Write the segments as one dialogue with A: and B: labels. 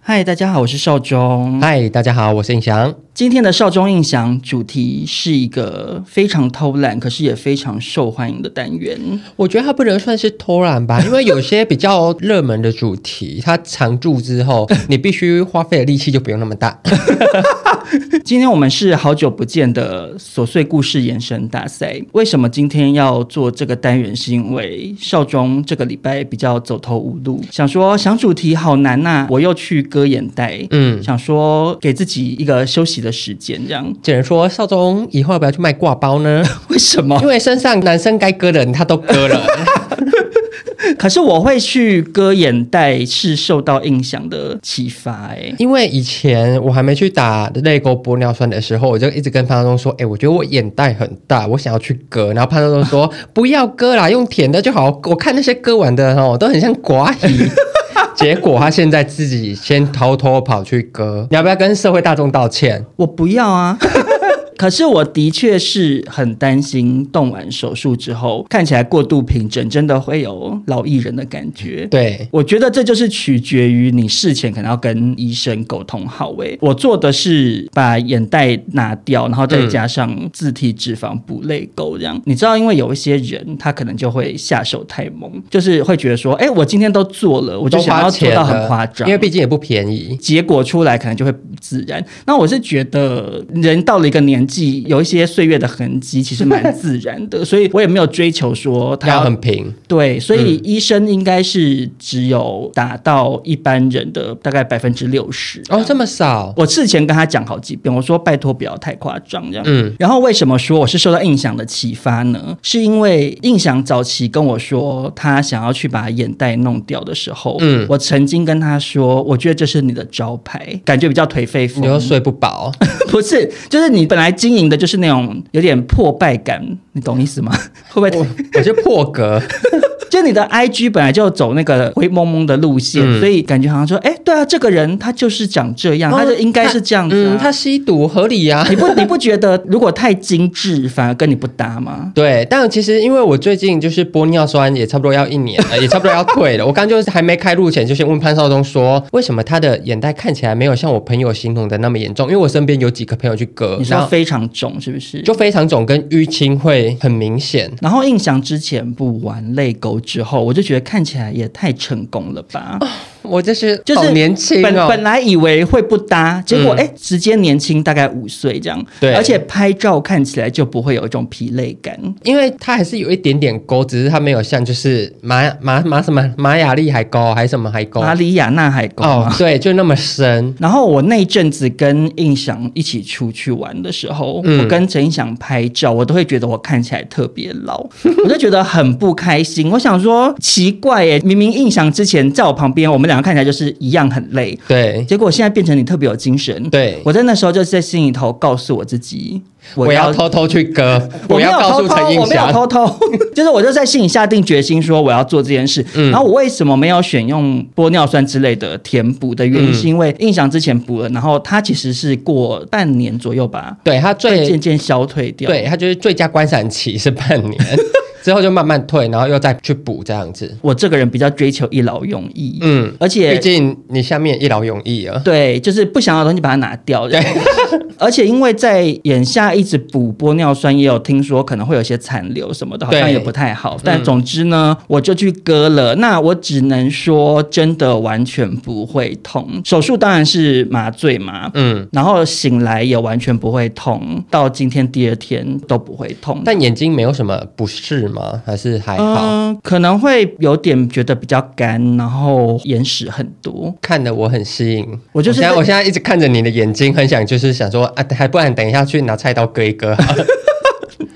A: 嗨，大家好，我是少中。
B: 嗨，大家好，我是印翔。
A: 今天的少中印象主题是一个非常偷懒，可是也非常受欢迎的单元。
B: 我觉得它不能算是偷懒 吧，因为有些比较热门的主题，它常驻之 后，你必须花费的力气就不用那么大。
A: 今天我们是好久不见的琐碎故事延伸大赛。为什么今天要做这个单元？是因为少中这个礼拜比较走投无路，想说想主题好难呐、我又去割眼袋，
B: 嗯，
A: 想说给自己一个休息的时间，这样
B: 只能说少宗以后要不要去卖挂包呢？
A: 为什么
B: 因？为身上男生该割的他都割了，
A: 可是我会去割眼袋，是受到印象的启发、欸，
B: 因为以前我还没去打泪沟玻尿酸的时候，我就一直跟潘少宗说：“哎、我觉得我眼袋很大，我想要去割。”然后潘少宗说：“不要割啦，用舔的就好。”我看那些割完的哦，都很像寡 姨。结果他现在自己先偷偷跑去割，你要不要跟社会大众道歉？
A: 我不要 啊。可是我的确是很担心动完手术之后看起来过度平整，真的会有老艺人的感觉。
B: 对，
A: 我觉得这就是取决于你事前可能要跟医生沟通好、欸。我做的是把眼袋拿掉，然后再加上自体脂肪补泪沟这样。你知道，因为有一些人他可能就会下手太猛，就是会觉得说，哎、我今天都做了，我
B: 我
A: 就想要做到很夸张，
B: 因为毕竟也不便宜。
A: 结果出来可能就会不自然。那我是觉得人到了一个年纪，有一些岁月的痕迹，其实蛮自然的，所以我也没有追求说它
B: 要很嗯平，
A: 对，所以医生应该是只有达到一般人的大概百分之六十。
B: 哦，这么少，
A: 我事前跟他讲好几遍，我说拜托不要太夸张这样。
B: 嗯，
A: 然后为什么说我是受到印象的启发呢？是因为印象早期跟我说他想要去把眼袋弄掉的时候，
B: 嗯
A: 我曾经跟他说，我觉得这是你的招牌，感觉比较颓废
B: 你
A: 风。
B: 又睡不饱，
A: 不是，就是你本来经营的就是那种有点破败感，你懂意思吗？ 会不会
B: 我我就破格，
A: 就你的 IG 本来就走那个灰蒙蒙的路线，
B: 嗯
A: 所以感觉好像说，哎、对啊，这个人他就是长这样，他就应该是这样子、啊
B: 嗯，他吸毒合理啊呀、
A: 你不你不觉得如果太精致反而跟你不搭吗？
B: 对，但其实因为我最近就是玻尿酸也差不多要一年 了，也差不多要退了。我刚就是还没开录前，就先问潘少忠说，为什么他的眼袋看起来没有像我朋友形容的那么严重？因为我身边有几个朋友去割
A: 你，说
B: 然后
A: 非常重是不是？
B: 呃就非常肿跟淤青会很明显。
A: 然后印象之前不玩泪沟之后，我就觉得看起来也太成功了吧，
B: 我就是
A: 就是
B: 哦好年轻
A: 本
B: 哦，
A: 本来以为会不搭，结果
B: 嗯
A: 哎、诶直接年轻大概五岁这样，
B: 对
A: 而且拍照看起来就不会有一种疲累感。
B: 因为它还是有一点点沟，只是它没有像就是马马马什么玛雅丽海沟还是什么海沟
A: 马里亚纳海沟啊吗
B: 哦，对，就那么深。
A: 然后我那一阵子跟印象一起出去玩的时候，
B: 嗯
A: 我跟陈印象拍照，我都会觉得我看起来特别老， 我就觉得很不开心。我想说奇怪耶，明明印象之前在我旁边，我们两个看起来就是一样很累，
B: 对
A: 结果现在变成你特别有精神。
B: 对，
A: 我在那时候就是在心里头告诉我自己，
B: 我要偷偷去割， 我
A: 没有
B: 要告诉
A: 偷偷
B: 陈映
A: 我没有
B: 霞。
A: 偷偷， 就是我就在心里下定决心说我要做这件事。
B: 嗯
A: 然后我为什么没有选用玻尿酸之类的填补的原因，
B: 嗯
A: 是因为印象之前补了，然后它其实是过半年左右吧，
B: 对他
A: 会
B: 最
A: 渐渐消退掉。
B: 对，，它就是最佳观赏期是半 年，之后就慢慢退，然后又再去补这样子。
A: 我这个人比较追求一劳永逸，
B: 嗯，
A: 而
B: 毕
A: 且。
B: 竟你下面一劳永逸啊。
A: 对，就是不想要的东西把它拿掉。这样 而且因为在眼下一直补玻尿酸，也有听说可能会有些残留什么的，好像
C: 对嗯
A: 也不太好。但总之呢，我就去割了。那我只能说，真的完全不会痛。手术当然是麻醉嘛，
C: 嗯，
A: 然后醒来也完全不会痛，到今天第二天都不会痛。
C: 但眼睛没有什么不适吗？还是还好？
A: 嗯、可能会有点觉得比较干，然后眼屎很多。
C: 看得我很吸引，
A: 我就是
C: 现在
A: 在
C: 我现在一直看着你的眼睛，很想就是想说啊，还不然等一下去拿菜刀割一 割好了。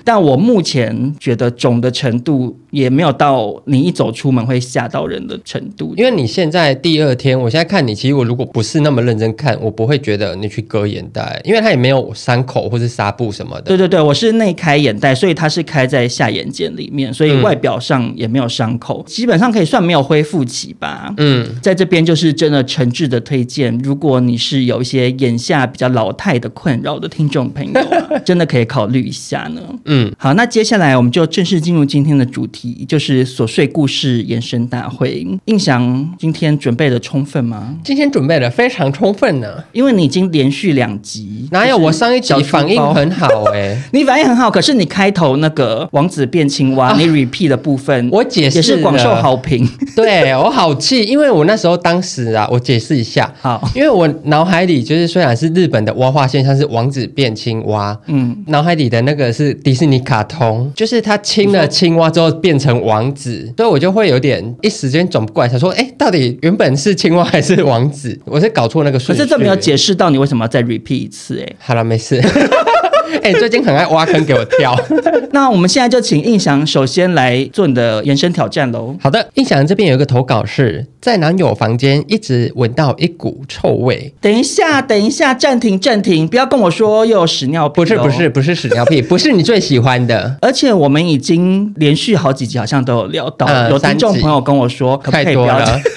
A: 但我目前觉得肿的程度也没有到你一走出门会吓到人的程度，
C: 因为你现在第二天，我现在看你，其实我如果不是那么认真看，我不会觉得你去割眼袋，因为它也没有伤口或是纱布什么的。
A: 对对对，我是内开眼袋，所以它是开在下眼睑里面，所以
C: 嗯
A: 外表上也没有伤口，基本上可以算没有恢复期吧。
C: 嗯，
A: 在这边就是真的诚挚的推荐，如果你是有一些眼下比较老态的困扰的听众朋友啊、 真的可以考虑一下呢。
C: 嗯，
A: 好，那接下来我们就正式进入今天的主题，就是琐碎故事延伸大会。印象今天准备的充分吗？
C: 今天准备的非常充分呢，
A: 因为你已经连续两集，
C: 哪有我上一
A: 小
C: 集
A: 猪
C: 反应
A: 包
C: 很好哎、
A: 你反应很好，可是你开头那个王子变青蛙，你 repeat 的部分，
C: 啊我啊解释
A: 也是广受
C: 了
A: 好评。
C: 对我好气，因为我那时候当时啊，我解释一下，
A: 好，
C: 因为我脑海里就是虽然是日本的蛙化现象是王子变青蛙，
A: 嗯，
C: 脑海里的那个是迪士尼卡通，就是他亲了青蛙之后变成王子，所以我就会有点一时间转不过来，想说，哎，到底原本是青蛙还是王子？我是搞错那个
A: 可
C: 顺序。
A: 是这没有解释到你为什么要再 repeat 一次、欸，
C: 好了，没事。 哎、最近很爱挖坑给我跳。
A: 那我们现在就请印翔首先来做你的延伸挑战喽。
C: 好的，印象这边有一个投稿是在男友房间一直闻到一股臭味，
A: 等一下，等一下，暂停，暂停，不要跟我说又有屎尿屁、
C: 不是不是。不是屎 尿屁，不是你最喜欢的。
A: 而且我们已经连续好几集好像都有聊到，
C: 呃
A: 有听众
C: 三集
A: 朋友跟我说，可不可
C: 太
A: 以
C: 多
A: 不要
C: 了
A: 讲？。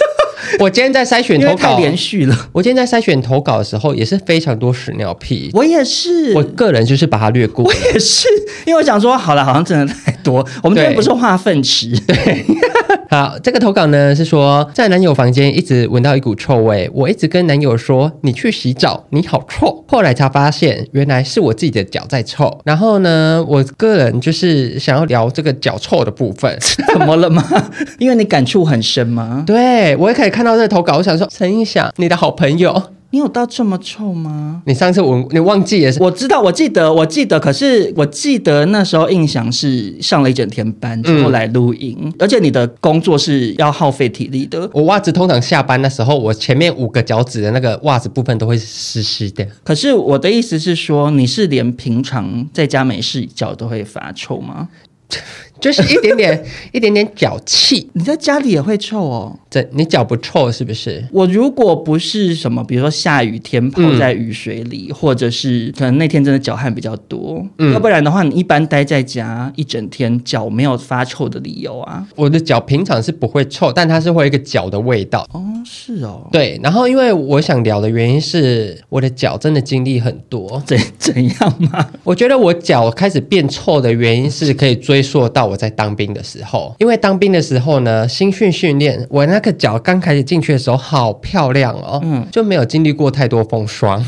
C: 我今天在筛选
A: 因为
C: 投
A: 太
C: 稿，
A: 连续了。
C: 我今天在筛选投稿的时候也是非常多屎尿屁，
A: 我也是，
C: 我个人就是把它略过
A: 我。 也是，因为我想说，好了，好像真的太多。我们这边
C: 对
A: 不是化粪池，
C: 好，这个投稿呢是说，在男友房间一直闻到一股臭味，我一直跟男友说你去洗澡，你好臭。后来才发现原来是我自己的脚在臭。然后呢，我个人就是想要聊这个脚臭的部分。
A: 怎么了吗？因为你感触很深吗？
C: 对，我也可以看到这个投稿，我想说，陈映响，你的好朋友，
A: 你有到这么臭吗？
C: 你上次闻，你忘记了是？
A: 我知道，我记得，我记得，可是我记得那时候印象是上了一整天班之后来录音，而且你的工作是要耗费体力的。
C: 我袜子通常下班的时候，我前面五个脚趾的那个袜子部分都会湿湿的。
A: 可是我的意思是说，你是连平常在家没事脚都会发臭吗？
C: 就是一点点 一点点脚气。
A: 你在家里也会臭哦。
C: 这你脚不臭是不是？
A: 我如果不是什么，比如说下雨天泡在雨水里，或者是可能那天真的脚汗比较多，要不然的话，你一般待在家一整天，脚没有发臭的理由啊。
C: 我的脚平常是不会臭，但它是会有一个脚的味道。
A: 哦，是哦，
C: 对，然后因为我想聊的原因是，我的脚真的经历很多。
A: 怎怎样嘛？
C: 我觉得我脚开始变臭的原因是可以追溯到我在当兵的时候，因为当兵的时候呢，新训训练，我那个脚刚开始进去的时候好漂亮哦，
A: 嗯
C: 就没有经历过太多 风霜。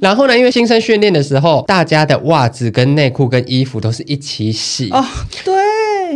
C: 然后呢，因为新生训练的时候，大家的袜子、跟内裤、跟衣服都是一起洗。
A: 哦，对，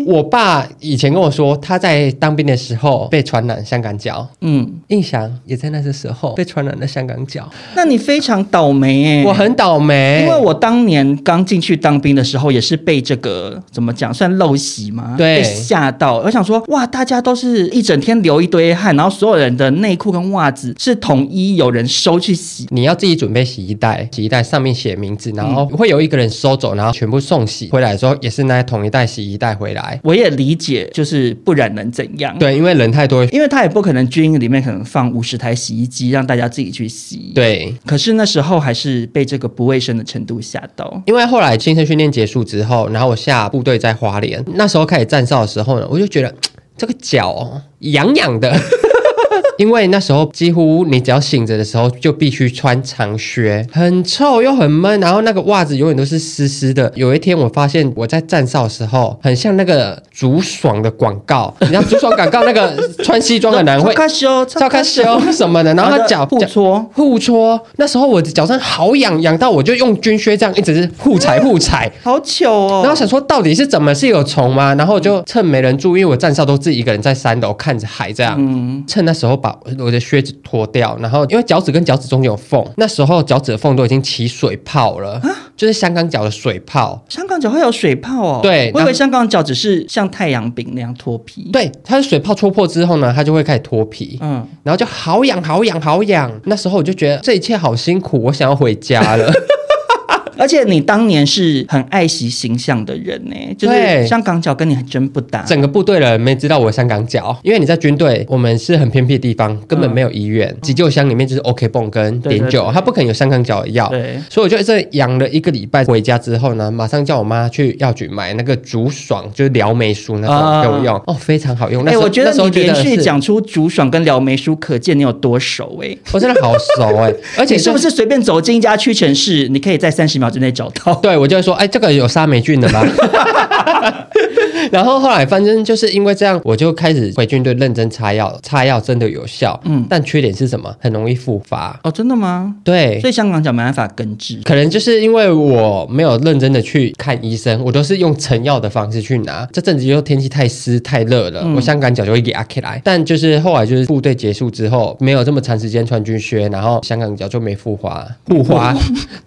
C: 我爸以前跟我说，他在当兵的时候被传染香港脚，
A: 嗯，
C: 印象也在那个时候被传染了香港脚，
A: 那你非常倒霉哎、
C: 我很倒霉，
A: 因为我当年刚进去当兵的时候，也是被这个怎么讲，算陋习吗？
C: 对
A: 被吓到。我想说，哇，大家都是一整天流一堆汗，然后所有人的内裤跟袜子是统一有人收去洗。
C: 你要自己准备洗衣袋，洗衣袋上面写名字，然后会有一个人收走，然后全部送洗回来的时候，也是拿同一袋洗衣袋回来。
A: 我也理解，就是不然能怎样？，
C: 对，因为人太多。
A: 因为他也不可能军营里面可能放五十台洗衣机让大家自己去洗。。
C: 对，
A: 可是那时候还是被这个不卫生的程度吓到。
C: 因为后来新生训练结束之后，然后我下部队在花莲，那时候开始站哨的时候呢，我就觉得这个脚哦痒痒的。 因为那时候几乎你只要醒着的时候就必须穿长靴，很臭又很闷，然后那个袜子永远都是湿湿的。有一天我发现我在站哨的时候，很像那个竹爽的广告，你知道竹爽广告那个 穿西装的啊男会
A: 超卡修，
C: 赵开修什么的，然后他脚
A: 互
C: 脚
A: 搓，
C: 互搓，那时候我的脚上好痒，痒到我就用军靴这样一直是互踩互踩，
A: 好糗哦。
C: 然后想说到底是怎么是有虫吗？然后我就趁没人注意，因为我站哨都自己一个人在三楼看着海这样，
A: 嗯
C: 趁那时候把我的靴子脱掉，然后因为脚趾跟脚趾中间有缝，那时候脚趾的缝都已经起水泡了，
A: 啊
C: 就是香港脚的水泡。
A: 香港脚会有水泡哦，我
C: 对
A: 以
C: 然后
A: 为香港脚只是像太阳饼那样脱皮。，
C: 对，它的水泡戳破之后呢，它就会开始脱皮，
A: 嗯，
C: 然后就好痒、好痒、好痒。那时候我就觉得这一切好辛苦，我想要回家了。
A: 而且你当年是很爱惜形象的人呢、就是
C: 对
A: 香港脚跟你还真不搭。
C: 整个部队的人没知道我香港脚，因为你在军队，我们是很偏僻的地方，根本没有医院，急救箱里面就是 OK 泵跟
A: 嗯对对
C: 碘酒
A: 对，
C: 他不可能有香港脚的药。
A: 对，
C: 所以我就这养了一个礼拜，回家之后呢，马上叫我妈去药局买那个竹爽，就是疗霉素那
A: 啊
C: 种给我用，哦，非常好用。那
A: 哎、
C: 时候
A: 我觉得
C: 那时候
A: 你连
C: 得
A: 续
C: 是，
A: 讲出竹爽跟撩梅书，可见你有多熟哎、
C: 我真的好熟 哎、而且
A: 你是
C: 就
A: 不是随便走进一家屈臣氏，你可以在三十秒之内找 到？
C: 对，我就会说，哎，这个有杀霉菌的吗？ 然后后来，反正就是因为这样，我就开始回军队认真擦药，擦药真的有效。
A: 嗯
C: 嗯，但缺点是什么？很容易复发。
A: 哦，真的吗？
C: 对
A: 所，以香港脚没办法根治。
C: 可能就是因为我没有认真的去看医生，我都是用成药的方式去拿。这阵子又天气太湿太热
A: 嗯
C: 了，我香港脚就会压起来。但就是后来就是部队结束之后，没有这么长时间穿军靴，然后香港脚就没复发，复发。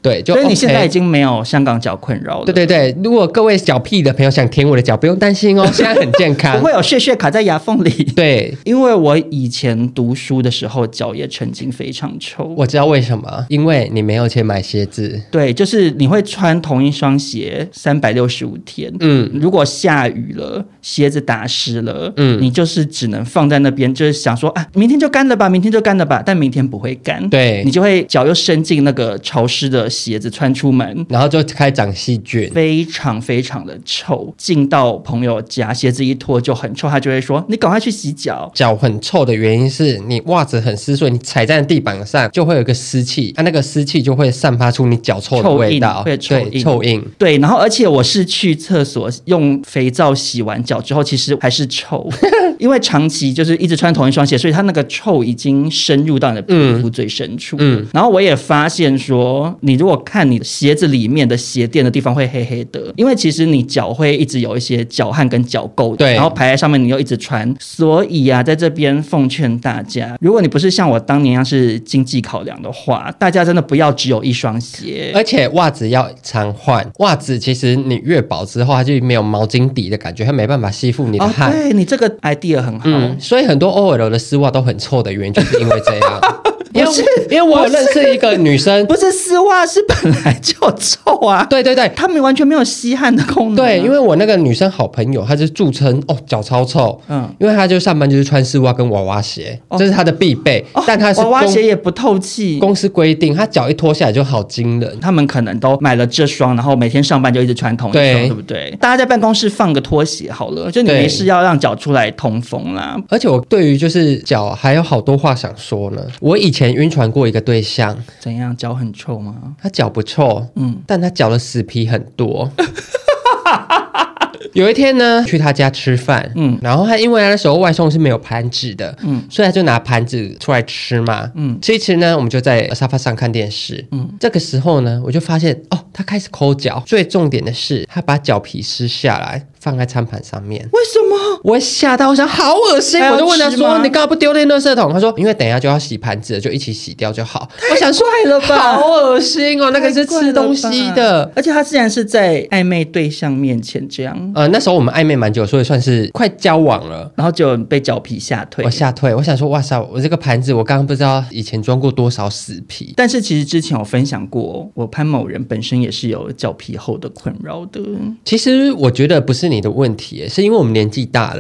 C: 对，就
A: 所以你现在
C: OK
A: 已经没有香港脚困扰了。
C: 对对对，如果各位脚屁的朋友想舔我的脚，不用担 心哦，现在很健康
A: 不。会有屑屑卡在牙缝里。
C: 对，
A: 因为我以前读书的时候，脚也曾经非常臭。
C: 我知道为什么，因为你没有钱买鞋子。
A: 对，就是你会穿同一双鞋三百六十五天。
C: 嗯，
A: 如果下雨了，鞋子打湿了，
C: 嗯
A: 你就是只能放在那边，就是想说啊，明天就干了吧，明天就干了吧，但明天不会干，
C: 对
A: 你就会脚又伸进那个潮湿的鞋子穿出门，
C: 然后就开始长细菌。
A: 非常非常的臭。进到朋友家，鞋子一脱就很臭，他就会说你赶快去洗脚。
C: 脚很臭的原因是你袜子很湿，所以你踩在地板上就会有一个湿气，啊它、那个湿气就会散发出你脚臭的
A: 臭
C: 味
A: 印
C: 道，
A: 会有臭
C: 对
A: 印
C: 臭印。
A: 对，然后而且我是去厕所用肥皂洗完脚之后，其实还是臭， 因为长期就是一直穿同一双鞋，所以它那个臭已经深入到你的皮肤最深处。嗯，然后我也发现说，你如果看你鞋子里面的鞋垫的地方会黑黑的，因为其实你脚会一直有一些脚汗跟脚垢，
C: 对
A: 然后排在上面你又一直穿，所以啊，在这边奉劝大家，如果你不是像我当年一样是经济考量的话，大家真的不要只有一双鞋。
C: 而且袜子要常换，袜子其实你越薄之后，它就没有毛巾底的感觉，它没办法吸附你的
A: 哦，
C: 汗。
A: 对你这个 idea 很好。
C: 嗯，所以很多 OL 的丝袜都很臭的原因就是因为这样。 因为
A: 不是
C: 因为我有认识一个女生，
A: 不是丝袜是本来就臭啊，
C: 对对对
A: 他们完全没有吸汗的功能啊、
C: 对，因为我那个女生好朋友，她就著称哦脚超臭，
A: 嗯
C: 嗯，因为她就上班就是穿丝袜跟娃娃鞋，这是她的必备，
A: 哦
C: 但她是
A: 娃娃
C: 公
A: 鞋也不透气。
C: 公司规定，她脚一脱下来就好惊人。
A: 他们可能都买了这双，然后每天上班就一直穿同一双，对
C: 对
A: 不对？大家在办公室放个拖鞋好了，就你
C: 对
A: 没事要让脚出来通风啦。
C: 而且我对于就是脚还有好多话想说呢。我以前晕船过一个对象，
A: 怎样？脚很臭吗？
C: 他脚不臭，
A: 嗯
C: 嗯，但他脚的死皮很多。 有一天呢，去他家吃饭，
A: 嗯
C: 嗯，然后他因为那时候外送是没有盘子的，
A: 嗯
C: 嗯，所以他就拿盘子出来吃嘛，
A: 嗯
C: 嗯，吃一吃呢，我们就在沙发上看电视，嗯，这个时候呢，我就发现哦，他开始抠脚，最重点的是他把脚皮撕下来放在餐盘上面，
A: 为什么？
C: 我吓到，我想好恶心，
A: 还要
C: 我就问他
A: 吃吗
C: 说：“你干嘛不丢那垃圾桶？”他说：“因为等一下就要洗盘子了，就一起洗掉就好。”我想说
A: 怪了吧
C: 好恶心哦，那个是吃东西
A: 太怪了
C: 的
A: 吧。而且他竟然是在暧昧对象面前这样，
C: 呃，那时候我们暧昧蛮久，所以算是快交往了。
A: 然后就被脚皮吓退
C: 我。吓退，我想说，哇塞，我这个盘子，我刚刚不知道以前装过多少死皮。
A: 但是其实之前有分享过，我潘某人本身也是有脚皮厚的困扰的。
C: 其实我觉得不是你的问题，是因为我们年纪大了。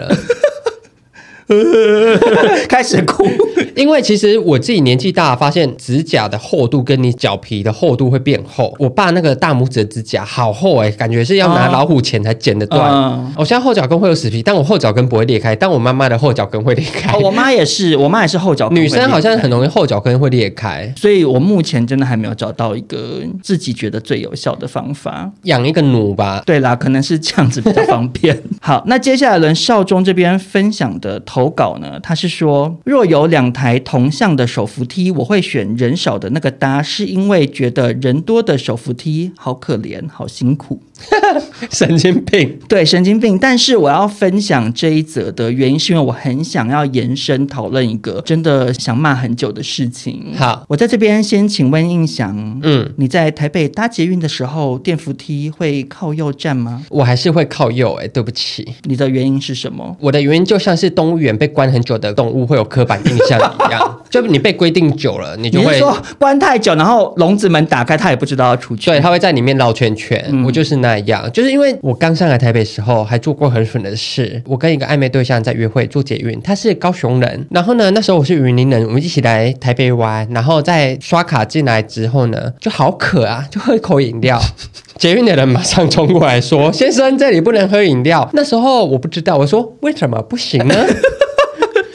A: 开始哭。
C: 因为其实我自己年纪大，发现指甲的厚度跟你脚皮的厚度会变厚。我爸那个大拇指的指甲好厚哎、感觉是要拿
A: 哦
C: 老虎钳才剪得断。
A: 嗯
C: 我现在后脚跟会有死皮，但我后脚跟不会裂开，但我妈妈的后脚跟会裂开。
A: 哦，我妈也是，我妈也是后脚跟
C: 女生好像很
A: 会裂
C: 容易后脚跟会裂开，
A: 开，所以我目前真的还没有找到一个自己觉得最有效的方法。
C: 养一个弩 吧。
A: 对啦，可能是这样子比较方便。 好，那接下来轮少中这边分享的投稿呢，他是说，若有两台同向的手扶梯，我会选人少的那个搭，是因为觉得人多的手扶梯好可怜，好辛苦。
C: 神经病，
A: 对，神经病。但是我要分享这一则的原因，是因为我很想要延伸讨论一个真的想骂很久的事情。
C: 好，
A: 我在这边先请问印翔，
C: 嗯，
A: 你在台北搭捷运的时候，电扶梯会靠右站吗？
C: 我还是会靠右哎、对不起。
A: 你的原因是什么？
C: 我的原因就像是动物园被关很久的动物会有刻板印象一 样，就你被规定久了，你就
A: 你
C: 会
A: 是说关太久，然后笼子门打开，他也不知道要出去？
C: 对，他会在里面绕圈圈。
A: 嗯
C: 我就是那样，就是因为我刚上来台北时候还做过很蠢的事。我跟一个暧昧对象在约会做捷运，他是高雄人，然后呢，那时候我是云林人，我们一起来台北玩，然后在刷卡进来之后呢，就好渴啊，就喝一口饮料。捷运的人马上冲过来说：“先生，这里不能喝饮料。”那时候我不知道，我说为什么不行呢？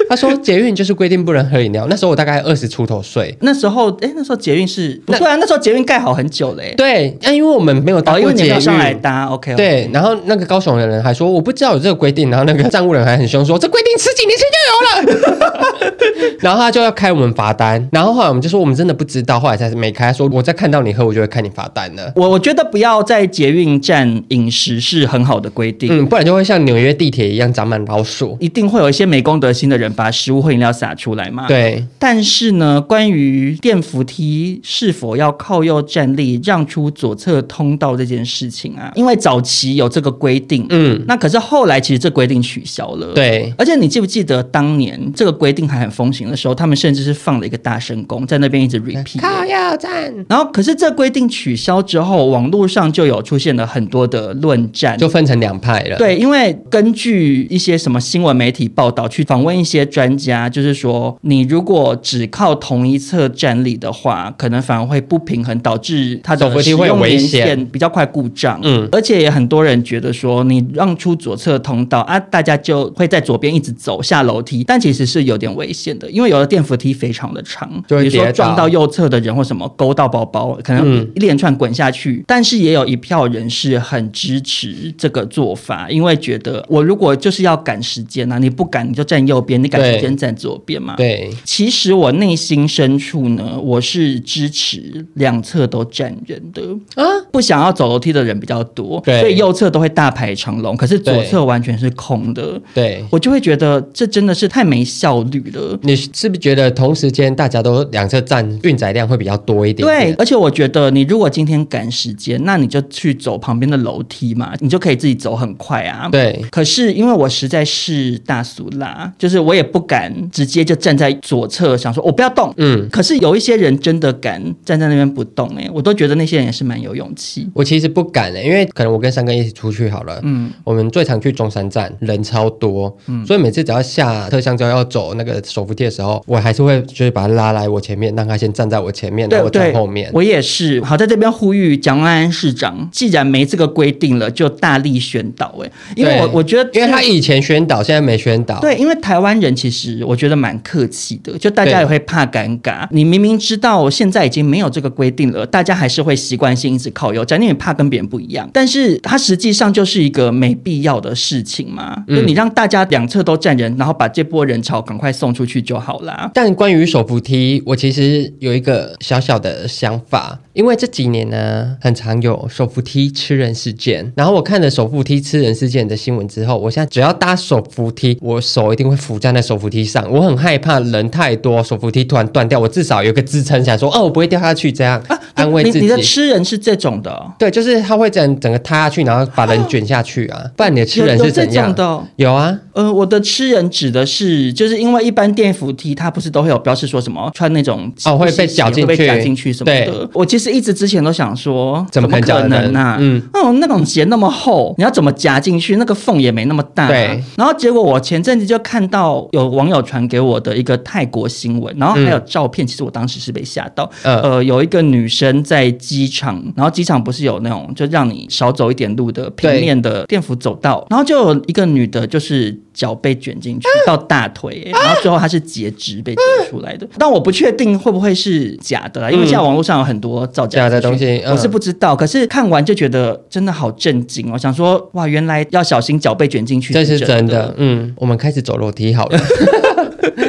C: 他说捷运就是规定不能喝饮料。那时候我大概二十出头岁，
A: 那时候，哎，那时候捷运是不
C: 那
A: 对啊，那时候捷运盖好很久嘞。
C: 对，那因为我们没有搭
A: 哦，因
C: 过
A: 为你
C: 捷
A: 没有
C: 运，
A: 上来搭，OK，,
C: 对，然后那个高雄的人还说我不知道有这个规定，然后那个站务人还很凶说这规定十几年前就 有了，然后他就要开我们罚单，然后后来我们就说我们真的不知道，后来才没开，他说我再看到你喝我就会看你罚单了。
A: 我我觉得不要在捷运站饮食是很好的规定，
C: 嗯，不然就会像纽约地铁一样长满老鼠。
A: 一定会有一些没公德心的人把食物或饮料洒出来嘛。。
C: 对，
A: 但是呢，关于电扶梯是否要靠右站立让出左侧通道这件事情啊，因为早期有这个规定，
C: 嗯，
A: 那可是后来其实这规定取消了。。
C: 对，
A: 而且你记不记得当年这个规定还很风行的时候，他们甚至是放了一个大声公在那边一直 repeat
C: 靠要站
A: 然后，可是这规定取消之后，网络上就有出现了很多的论战。
C: 就分成两派了。，
A: 对，因为根据一些什么新闻媒体报道，去访问一些专家，就是说，你如果只靠同一侧站立的话，可能反而会不平衡，导致它
C: 手扶
A: 的
C: 梯
A: 使
C: 会有
A: 用
C: 危
A: 年
C: 险
A: 限比较快故障。
C: 嗯
A: 而且也很多人觉得说，你让出左侧通道啊，大家就会在左边一直走下楼梯，但其实是有点危险的，因为有的电扶梯非常的长，
C: 就会
A: 比如
C: 跌
A: 说撞
C: 倒
A: 到右侧的人或什么勾到包包，可能
C: 嗯
A: 一连串滚下去。但是也有一票人是很支持这个做法，因为觉得我如果就是要赶时间啊，你不赶你就站右边，你赶
C: 对
A: 时间站左边嘛。
C: 对，
A: 其实我内心深处呢，我是支持两侧都站人的啊，
C: 啊
A: 不想要走楼梯的人比较多，
C: 对
A: 所以右侧都会大排长龙，可是左
C: 对
A: 侧完全是空的，
C: 对。
A: 我就会觉得这真的是太没效率了。
C: 你是不是觉得同时间大家都两侧站运载量会比较多一点
A: 对
C: 点？，
A: 而且我觉得你如果今天赶时间，那你就去走旁边的楼梯嘛，你就可以自己走很快啊。。
C: 对，
A: 可是因为我实在是大俗啦，就是我也不敢直接就站在左侧，想说我不要动，
C: 嗯，
A: 可是有一些人真的敢站在那边不动、欸，我都觉得那些人也是蛮有勇气。
C: 我其实不敢欸的、因为可能我跟三哥一起出去好了，嗯，我们最常去中山站，人超多，
A: 嗯
C: 所以每次只要下特香蕉要走那个手扶梯的时候，我还是会就是把他拉来我前面，让他先站在我前面，然
A: 对
C: 后我站
A: 对，
C: 后面。
A: 我也是。好，在这边呼吁蒋万安市长，既然没这个规定了，就大力宣导、欸。因为我
C: 对
A: 我觉得，
C: 因为他以前宣导，现在没宣导，
A: 对，因为台湾人其实我觉得蛮客气的，就大家
C: 对
A: 也会怕尴尬。你明明知道现在已经没有这个规定了，大家还是会习惯性一直靠右站，因为怕跟别人不一样。但是它实际上就是一个没必要的事情嘛，
C: 嗯
A: 就你让大家两侧都站人，然后把这波人潮赶快送出去就好啦。
C: 但关于手扶梯，我其实有一个小小的想法，因为这几年呢，很常有手扶梯吃人事件。然后我看了手扶梯吃人事件的新闻之后，我现在只要搭手扶梯，我手一定会扶站在手扶梯上。我很害怕人太多，手扶梯突然断掉，我至少有一个支撑，想说哦，我不会掉下去，这样、安慰
A: 啊你
C: 自己。
A: 你的吃人是这种的哦、
C: 对，就是它会整整个塌下去，啊然后把人卷下去啊。不然你的吃
A: 有
C: 人
A: 有
C: 是
A: 这
C: 怎样
A: 种的哦
C: 有啊，
A: 呃，我的吃人指的是，就是因为一般电扶梯它不是都会有标示说什么穿那种
C: 哦会被
A: 不吸血
C: 绞进
A: 会被
C: 去
A: 绞进去什么
C: 对
A: 的。我其是一直之前都想说，
C: 怎么
A: 么
C: 可能
A: 可能呢、
C: 嗯
A: 嗯，哦，那种鞋那么厚，你要怎么夹进去？那个缝也没那么大、
C: 对。
A: 然后结果我前阵子就看到有网友传给我的一个泰国新闻，然后还有照片，其实我当时是被吓到。
C: 嗯
A: 呃，有一个女生在机场，然后机场不是有那种就让你少走一点路的平
C: 对
A: 面的电扶走道，然后就有一个女的，就是。脚被卷进
C: 啊
A: 去到大腿、欸然后最后她是截肢被剪出来的。但我不确定会不会是假的啦，因为
C: 嗯
A: 现在网络上有很多造假
C: 假的
A: 资讯
C: 东西嗯
A: 我是不知道。可是看完就觉得真的好震惊哦，想说哇，原来要小心脚被卷进去，
C: 这是真
A: 的
C: 的。。嗯，我们开始走楼梯好了。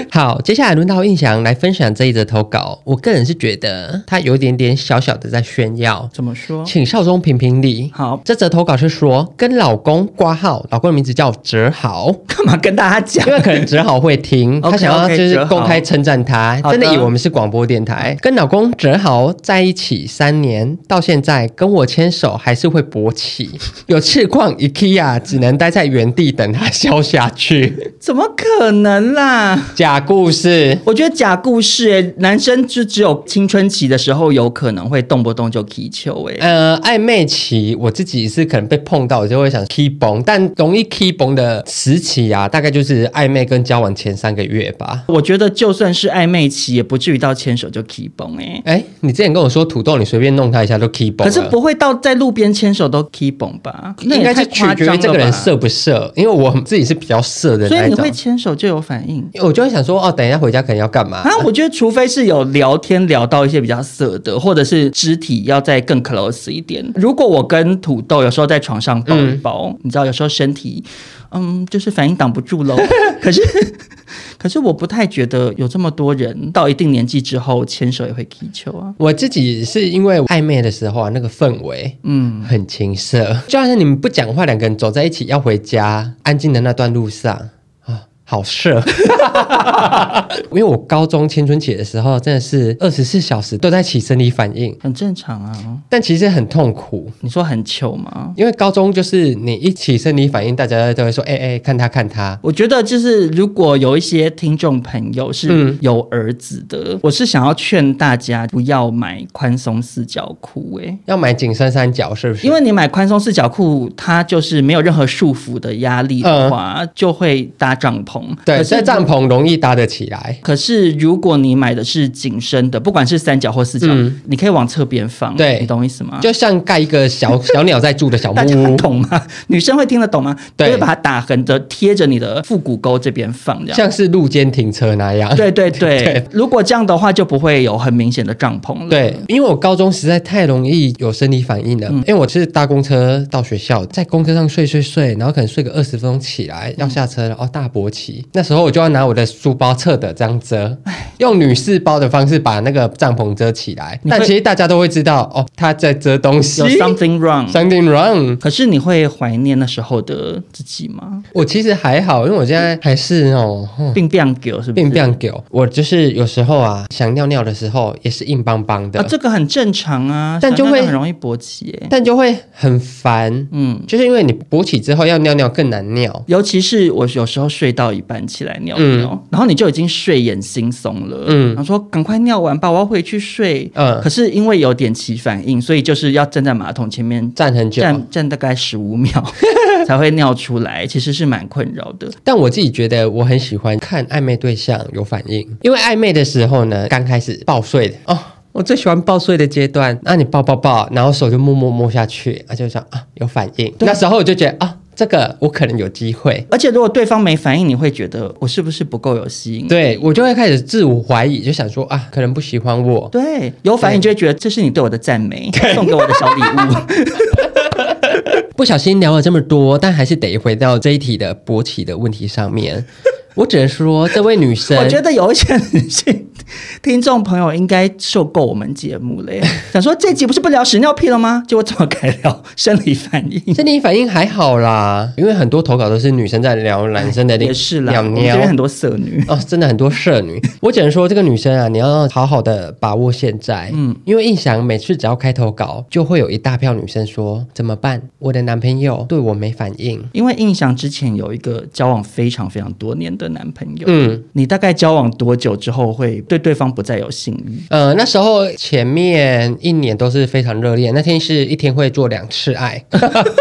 C: 好，接下来轮到印翔来分享这一则投稿。我个人是觉得他有一点点小小的在炫耀，
A: 怎么说？
C: 请少中评评理。
A: 好，
C: 这则投稿是说跟老公挂号，老公的名字叫哲豪，
A: 干嘛跟大家讲
C: 因？为可能哲豪会听，他
A: OK，
C: 想要
A: OK，
C: 就是
A: 哲豪
C: 公开称赞他，
A: 好
C: 真
A: 的
C: 的以为我们是广播电台。跟老公哲豪在一起三年，到现在跟我牵手还是会勃起， 有次逛 IKEA 只能待在原地等他消下 去。
A: 怎么可能啦？
C: 假故事，
A: 我觉得假故事、欸，男生就只有青春期的时候有可能会动不动就踢球、欸，
C: 呃，暧昧期我自己是可能被碰到，我就会想 keep on，但容易 keep on 的时期啊，大概就是暧昧跟交往前三个月吧。
A: 我觉得就算是暧昧期，也不至于到牵手就 keep 崩哎、
C: 哎，你之前跟我说土豆，你随便弄他一下都 keep on，
A: 可是不会到在路边牵手都 keep 崩吧？那
C: 应
A: 也
C: 该
A: 太
C: 是取
A: 夸
C: 决
A: 张
C: 于
A: 了
C: 这个人
A: 吧
C: 色不色，因为我自己是比较色的
A: 所
C: 那
A: 以
C: 一
A: 你
C: 种
A: 会，牵手就有反应
C: 我就会想说，哦，等一下回家可能要干嘛？
A: 啊？我觉得除非是有聊天聊到一些比较色的，或者是肢体要再更 close 一点。如果我跟土豆有时候在床上抱一抱，你知道有时候身体嗯就是反应挡不住喽， 可是。可是我不太觉得有这么多人到一定年纪之后牵手也会踢球啊。
C: 我自己是因为暧昧的时候啊，那个氛围
A: 嗯，
C: 很情色，就好像你们不讲话，两个人走在一起要回家，安静的那段路上啊，好色。 因为我高中青春期的时候，真的是二十四小时都在起生理反应，
A: 很正常啊。
C: 但其实很痛苦。
A: 你说很糗吗？
C: 因为高中就是你一起生理反应，大家都会说，哎、哎、看他看他，
A: 我觉得就是如果有一些听众朋友是
C: 嗯
A: 有儿子的，我是想要劝大家不要买宽松四角裤、欸，
C: 要买紧身三角是不是？
A: 因为你买宽松四角裤，它就是没有任何束缚的压力的话，就会搭帐篷。
C: 嗯对，
A: 可是
C: 所以帐篷容易搭得起来。
A: 可是，如果你买的是紧身的，不管是三角或四角，
C: 嗯
A: 你可以往侧边放，
C: 对
A: 你懂我意思吗？
C: 就像盖一个 小小鸟在住的小木
A: 啊大家
C: 屋，
A: 懂吗？ 女生会听得懂吗？
C: 对
A: 就会把它打横的贴着你的腹股沟这边放，这样。
C: 像是路肩停车那样。
A: 对对对，
C: 对
A: 如果这样的话，就不会有很明显的帐篷了。
C: 对，因为我高中实在太容易有生理反
A: 嗯
C: 应了，因为我是搭公车到学校，在公车上睡睡睡，然后可能睡个二十分钟起来
A: 嗯
C: 要下车了，哦大勃起，那时候我就要拿我的书包侧的这样遮，用女士包的方式把那个帐篷遮起来，
A: 你会
C: 但其实大家都会知道哦他在遮东西
A: 有 something wrong。
C: ，something wrong。
A: 可是你会怀念那时候的自己吗？
C: 我其实还好，因为我现在还是哦，哼
A: 并不给是不
C: 变
A: 是？
C: 变狗。我就是有时候啊，想尿尿的时候也是硬邦邦的，
A: 啊，这个很正常啊，
C: 但就
A: 想尿
C: 会
A: 尿很容易勃起耶、
C: 但就会很烦。
A: 嗯，
C: 就是因为你勃起之后要尿尿更难尿，
A: 尤其是我有时候睡到一半起来尿尿，然后你就已经睡眼惺忪了，
C: 嗯
A: 嗯，然后说赶快尿完吧，我要回去睡。
C: 嗯
A: 可是因为有点起反应，所以就是要站在马桶前面
C: 站很久。
A: 站站大概十五 秒才会尿出来，其实是蛮困扰的。
C: 但我自己觉得我很喜欢看暧昧对象有反应，因为暧昧的时候呢，刚开始抱睡的哦。我最喜欢抱睡的阶段，那、你抱抱抱，然后手就默默摸下去，啊，就想啊有反应，那时候我就觉得啊，这个我可能有机会，
A: 而且如果对方没反应，你会觉得我是不是不够有吸引力？
C: 对我就会开始自我怀疑，就想说啊，可能不喜欢我，
A: 对，有反应就会觉得这是你对我的赞美，送给我的小礼物。
C: 不小心聊了这么多，但还是得回到这一题的勃起的问题 上面。我只能说，这位女生，
A: 我觉得有一些女性听众朋友应该受够我们节目 了耶，想说这集不是不聊屎尿屁了吗？结果怎么改聊生理反应？
C: 生理反应还好啦，因为很多投稿都是女生在聊男生的
A: 哎也是啦，
C: 尿
A: 我们这边很
C: 尿。
A: 多色女。
C: 哦，真的很多社女，我只能说这个女生啊，你要好好的把握现在，嗯，因为印象每次只要开投稿，就会有一大票女生说怎么办？我的男朋友对我没反应，
A: 因为印象之前有一个交往非常非常多年的男朋友，
C: 嗯，
A: 你大概交往多久之后会对对对方不再有性欲。
C: 呃，那时候前面一年都是非常热烈，那天是一天会做两次爱，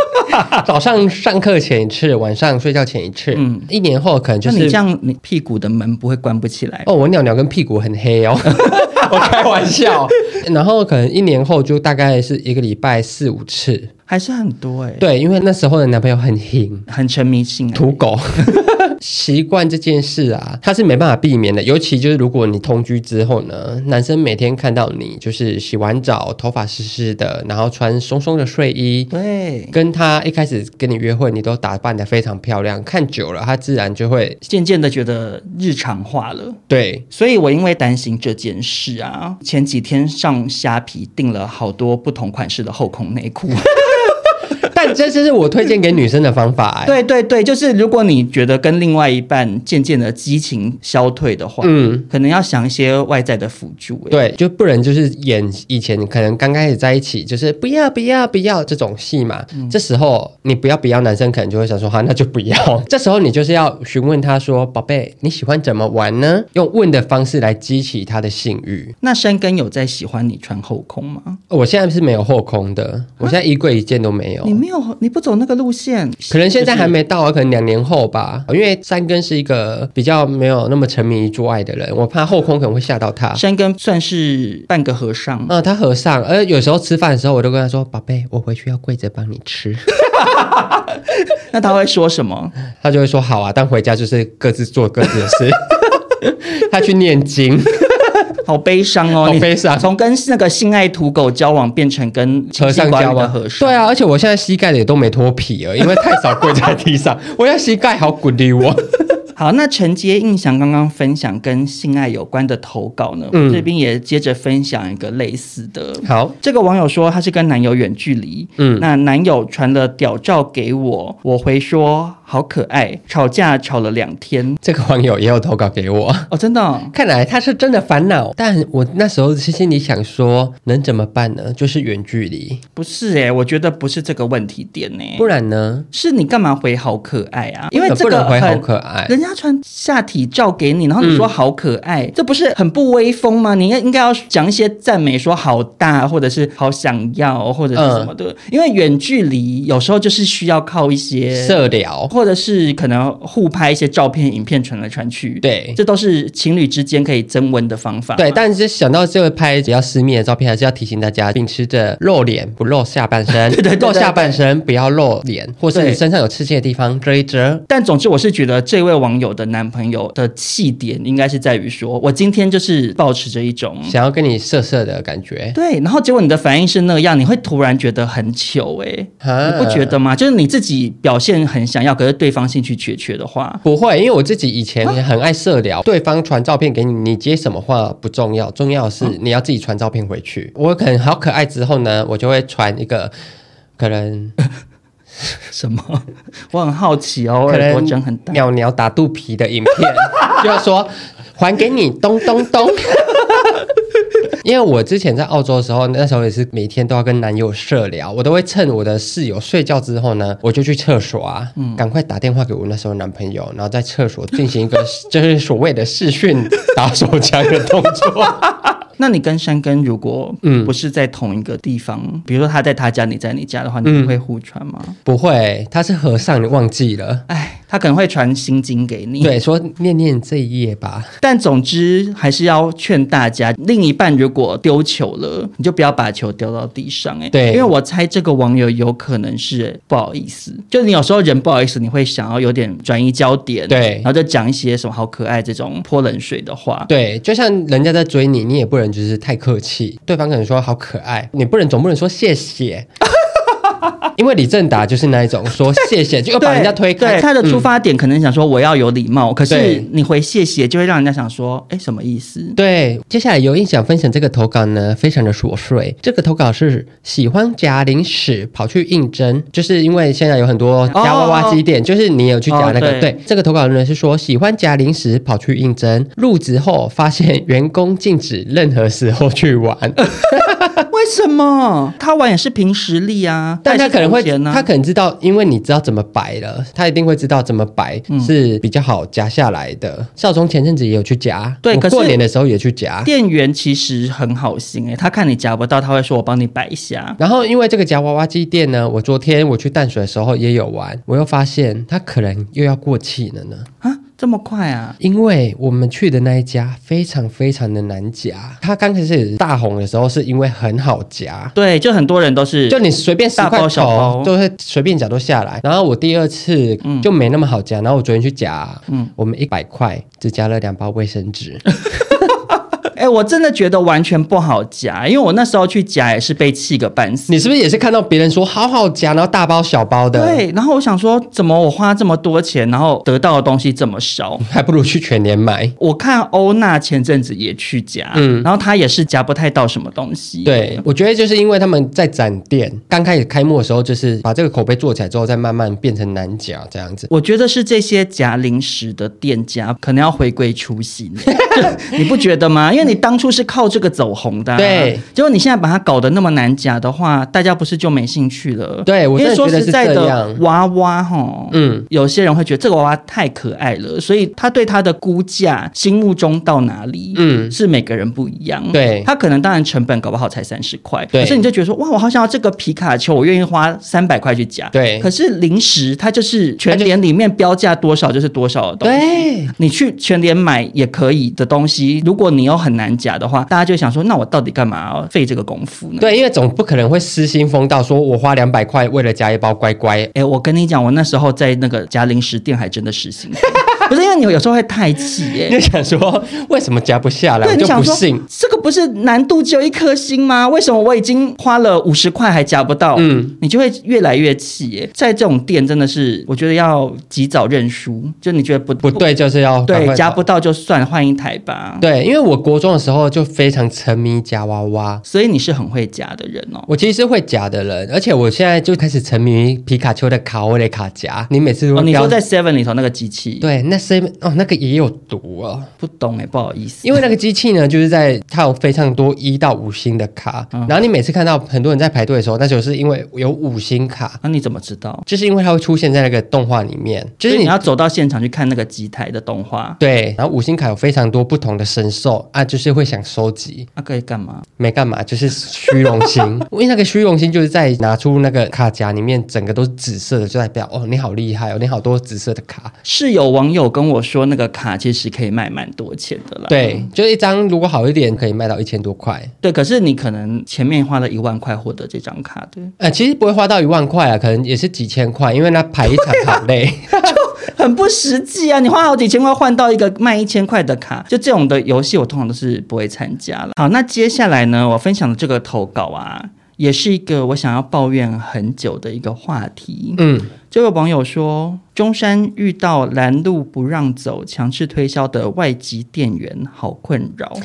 C: 早上上课前一次，晚上睡觉前一次。嗯，一年后可能就
A: 那你
C: 是
A: 这样，你屁股的门不会关不起来
C: 哦，我鸟鸟跟屁股很黑哦， 我开玩笑。然后可能一年后就大概是一个礼拜四五次，
A: 还是很多哎、欸，，
C: 对，因为那时候的男朋友很硬，
A: 很沉迷性啊爱。
C: 土狗。习惯这件事啊，它是没办法避免的。尤其就是如果你同居之后呢，男生每天看到你就是洗完澡，头发湿湿的，然后穿松松的睡衣，
A: 对，
C: 跟他一开始跟你约会，你都打扮得非常漂亮，看久了他自然就会
A: 渐渐的觉得日常化了。
C: 对。
A: 所以我因为担心这件事啊，前几天上虾皮订了好多不同款式的后空内 裤。
C: 但这就是我推荐给女生的方法、哎，
A: 对对对，就是如果你觉得跟另外一半渐渐的激情消退的话，
C: 嗯，
A: 可能要想一些外在的辅助、欸。，
C: 对，就不能就是演以前可能刚开始在一起，就是不要不要不要这种戏嘛。这时候你不要不要，男生可能就会想说，哈，那就不要。 这时候你就是要询问他说，宝贝，你喜欢怎么玩呢？用问的方式来激起他的性欲。
A: 那山根有在喜欢你穿后空吗？
C: 我现在是没有后空的，我现在衣柜一件都没有
A: 你。没有，你不走那个路线，
C: 可能现在还没到啊，可能两年后吧。因为三根是一个比较没有那么沉迷于做爱的人，我怕后空可能会吓到他。
A: 山根算是半个和尚，
C: 啊嗯，他和尚，呃，有时候吃饭的时候，我都跟他说：“宝贝，我回去要跪着帮你吃。
A: 那他会说什么？”
C: 他就会说：“好啊。”但回家就是各自做各自的事。 他去念经，
A: 好悲伤哦，
C: 好
A: 你
C: 悲伤
A: 从跟那个性爱土狗交往变成跟
C: 和尚交
A: 的
C: 往。
A: 和尚，
C: 对，啊，而且我现在膝盖也都没脱皮了，因为太少跪在 地上，我现在膝盖好鼓励我。
A: 好，那承接印象刚刚分享跟性爱有关的投稿呢，
C: 嗯
A: 我这边也接着分享一个类似的。
C: 好，
A: 这个网友说她是跟男友远距离，
C: 嗯
A: 那男友传了屌照给我，我回说好可爱，吵架吵了两天，
C: 这个网友也有投稿给我。
A: 哦，真的哦、
C: 看来他是真的烦恼，但我那时候心里想说，能怎么办呢？就是远距离，
A: 不是诶、我觉得不是这个问题点呢、
C: 不然呢？
A: 是你干嘛回好可爱啊？因为这
C: 不
A: 个
C: 能回
A: 很
C: 好可爱，嗯
A: 人家传下体照给你，然后你说好可爱，这不是很不威风吗？你应该应该要讲一些赞美，说好大，或者是好想要，或者是什么的。
C: 嗯
A: 因为远距离有时候就是需要靠一些，
C: 社聊。
A: 或者是可能互拍一些照片、影片传来传去，
C: 对
A: 这都是情侣之间可以增温的方法。
C: 对，。但是想到这个拍比较私密的照片，还是要提醒大家，秉持着露脸不露下半身，
A: 对对对
C: 露下半身不要露脸，或是
A: 对
C: 你身上有刺青的地方遮一遮。
A: 但总之，我是觉得这位网友的男朋友的气点应该是在于说，我今天就是保持着一种
C: 想要跟你色色的感觉，
A: 对，然后结果你的反应是那样，你会突然觉得很糗哎、
C: 啊
A: 你不觉得吗？就是你自己表现很想要，可是对方兴趣缺缺的话，
C: 不会，因为我自己以前也很爱社聊，对方传照片给你，你接什么话不重要，重要的是你要自己传照片回去。我可能好可爱之后呢，我就会传一个，可能
A: 什么？ 我很好奇哦，
C: 可
A: 耳朵
C: 能
A: 真很大。
C: 鸟鸟打肚皮的影 片，就要说还给你咚咚咚。 因为我之前在澳洲的时候，那时候也是每天都要跟男友社聊，我都会趁我的室友睡觉之后呢，我就去厕所啊，
A: 嗯
C: 赶快打电话给我那时候的男朋友，然后在厕所进行一个 就是所谓的视讯打手枪的动作。
A: 那你跟山根如果
C: 嗯
A: 不是在同一个地方，比如说他在他家，你在你家的话，你
C: 嗯
A: 们会互传吗？
C: 不会，他是和尚，你忘记了？
A: 哎、他可能会传心经给 你。
C: 对，说念念这一页吧。
A: 但总之还是要劝大家，另一半如果丢球了，你就不要把球丢到地上、哎，
C: 对
A: 因为我猜这个网友有可能是不好意思，就你有时候人不好意思，你会想要有点转移焦点，
C: 对
A: 然后就讲一些什么好可爱这种泼冷水的话。
C: 对，就像人家在追你，你也不能就是太客气，对方可能说好可爱，你不能总不能说 谢谢。因为李正达就是那一种说 谢谢，就又把人家推
A: 对
C: 开。
A: 他的出
C: 嗯、
A: 发点可能想说我要有礼貌，可是
C: 对
A: 你回谢谢就会让人家想说，哎，什么意思？
C: 对，接下来有印想分享这个投稿呢，非常的琐碎。这个投稿是喜欢夹零食跑去应征，就是因为现在有很多夹娃娃机店，就是你有去夹那个。
A: 哦哦对
C: 对，这个投稿人是说喜欢夹零食跑去应征，入职后发现员工禁止任何时候去玩。
A: 为什么？他玩也是凭实力啊，
C: 但他
A: 他
C: 可能会，
A: 呢、
C: 他可能知道，因为你知道怎么摆了，他一定会知道怎么摆
A: 嗯
C: 是比较好夹下来的。少宗前阵子也有去夹，
A: 对
C: 我
A: 可是
C: 过年的时候也去夹。
A: 店员其实很好心诶、他看你夹不到，他会说我帮你摆一下。
C: 然后因为这个夹娃娃机店呢，我昨天我去淡水的时候也有玩，我又发现它可能又要过气了呢。
A: 啊，这么快啊？
C: 因为我们去的那一家非常非常的难夹，它刚开始大红的时候是因为很好夹，
A: 对，就很多人都是，
C: 就你随便十
A: 大
C: 块
A: 包小
C: 头
A: 包
C: 都会随便夹都下来。然后我第二次就没那么好夹，然后我昨天去夹，
A: 嗯
C: 我们一百块只夹了两包卫生纸，
A: 哎、我真的觉得完全不好夹，因为我那时候去夹也是被气个半死。
C: 你是不是也是看到别人说好好夹，然后大包小包的？。
A: 对，然后我想说，怎么我花这么多钱，然后得到的东西这么少？
C: 还不如去全年买。
A: 我看欧娜前阵子也去夹，
C: 嗯
A: 然后她也是夹不太到什么东西。
C: 对，我觉得就是因为他们在展店刚开始开幕的时候，就是把这个口碑做起来之后，再慢慢变成难夹这样子。
A: 我觉得是这些夹零食的店家可能要回归初心， 就你不觉得吗？因为你当初是靠这个走红的、啊，
C: 对。
A: 结果你现在把它搞得那么难夹的话，大家不是就没兴趣了？
C: 对我
A: 因
C: 真
A: 为
C: 的觉
A: 说
C: 得
A: 实
C: 是
A: 在
C: 这
A: 的
C: 样，。
A: 娃娃哈，
C: 嗯，
A: 有些人会觉得这个娃娃太可爱了，所以他对他的估价心目中到哪里，
C: 嗯
A: 嗯，是每个人不一样。
C: 对
A: 他可能当然成本搞不好才三十块，
C: 对
A: 可是你就觉得说哇，我好想要这个皮卡丘，我愿意花三百块去夹。
C: 对
A: 可是零食它就是全联里面标价多少就是多少的东西。
C: 对，
A: 你去全联买也可以的东西，如果你又很难夹的话，大家就会想说，那我到底干嘛要费这个功夫呢？
C: 对，因为总不可能会失心疯到说我花两百块为了夹一包乖乖。
A: 哎、我跟你讲，我那时候在那个夹零食店还真的实行过， 不是因为你有时候会太气耶、
C: 就想说为什么夹不下来，
A: 对，
C: 我
A: 你
C: 就
A: 想
C: 不
A: 说
C: 信。
A: 这个不是难度只有一颗星吗？为什么我已经花了五十块还夹不到？
C: 嗯
A: 嗯，你就会越来越气耶。在这种店真的是，我觉得要及早认输，就你觉得不
C: 不对，就是要赶快
A: 对，
C: 跑
A: 夹不到就算换一台吧。
C: 对，因为我国中的时候就非常沉迷夹娃娃。
A: 所以你是很会夹的人哦。
C: 我其实是会夹的人，而且我现在就开始沉迷于皮卡丘的卡欧雷卡夹。你每次都
A: 哦，
C: 会
A: 你
C: 标
A: 说在 Seven 里头那个机器，
C: 对，那是哦，那个也有毒哦，
A: 不懂哎，不好意思，
C: 因为那个机器呢，就是在它有非常多一到五星的卡，
A: 嗯
C: 然后你每次看到很多人在排队的时候，那就是因为有五星卡，
A: 那、你怎么知道？
C: 就是因为它会出现在那个动画里面，
A: 就
C: 就
A: 是是你
C: 你。
A: 要走到现场去看那个机台的动画，
C: 对，然后五星卡有非常多不同的神兽啊，就是会想收集，
A: 那、可以干嘛？
C: 没干嘛，就是 虚荣心。因为那个虚荣心就是在拿出那个卡夹里面，整个都是紫色的，就代表哦，你好厉害哦，你好多紫色的卡。
A: 是有网友跟我说，那个卡其实可以卖蛮多钱的啦。
C: 对，就是一张如果好一点，可以卖到一千多块。
A: 对，可是你可能前面花了一万块获得这张卡的，
C: 呃，其实不会花到一万块啊，可能也是几千块，因为那排一场好 累。
A: 很不实际啊！你花好几千块换到一个卖一千块的卡，就这种的游戏我通常都是不会参加了。好，那接下来呢，我分享的这个投稿啊，也是一个我想要抱怨很久的一个话题。
C: 嗯，
A: 这位网友说，中山遇到拦路不让走、强制推销的外籍店员，好困扰，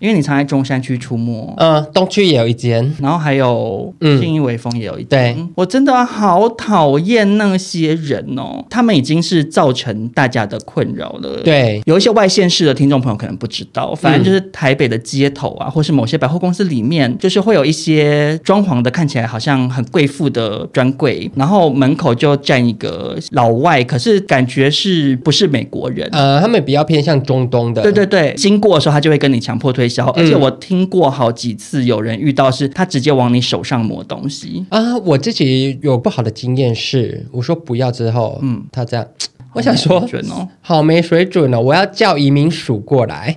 A: 因为你常在中山区出没。
C: 呃，东区也有一间，
A: 然后还有
C: 嗯
A: 信义威风也有一
C: 对
A: 间，我真的好讨厌那些人哦，他们已经是造成大家的困扰了。。
C: 对，
A: 有一些外县市的听众朋友可能不知道，反正就是台北的街头啊，或是某些百货公司里面，就是会有一些装潢的看起来好像很贵妇的专柜，然后门口就站一个老外，可是感觉是不是美国人？
C: 呃，他们比较偏向中东的，
A: 对对对，经过的时候他就会跟你强迫推销，而且
C: 嗯
A: 我听过好几次有人遇到是他直接往你手上抹东西。
C: 啊、我自己有不好的经验是，我说不要之后，嗯，他这样，我想说，
A: 好没水准哦
C: 好没水准哦，我要叫移民署过来。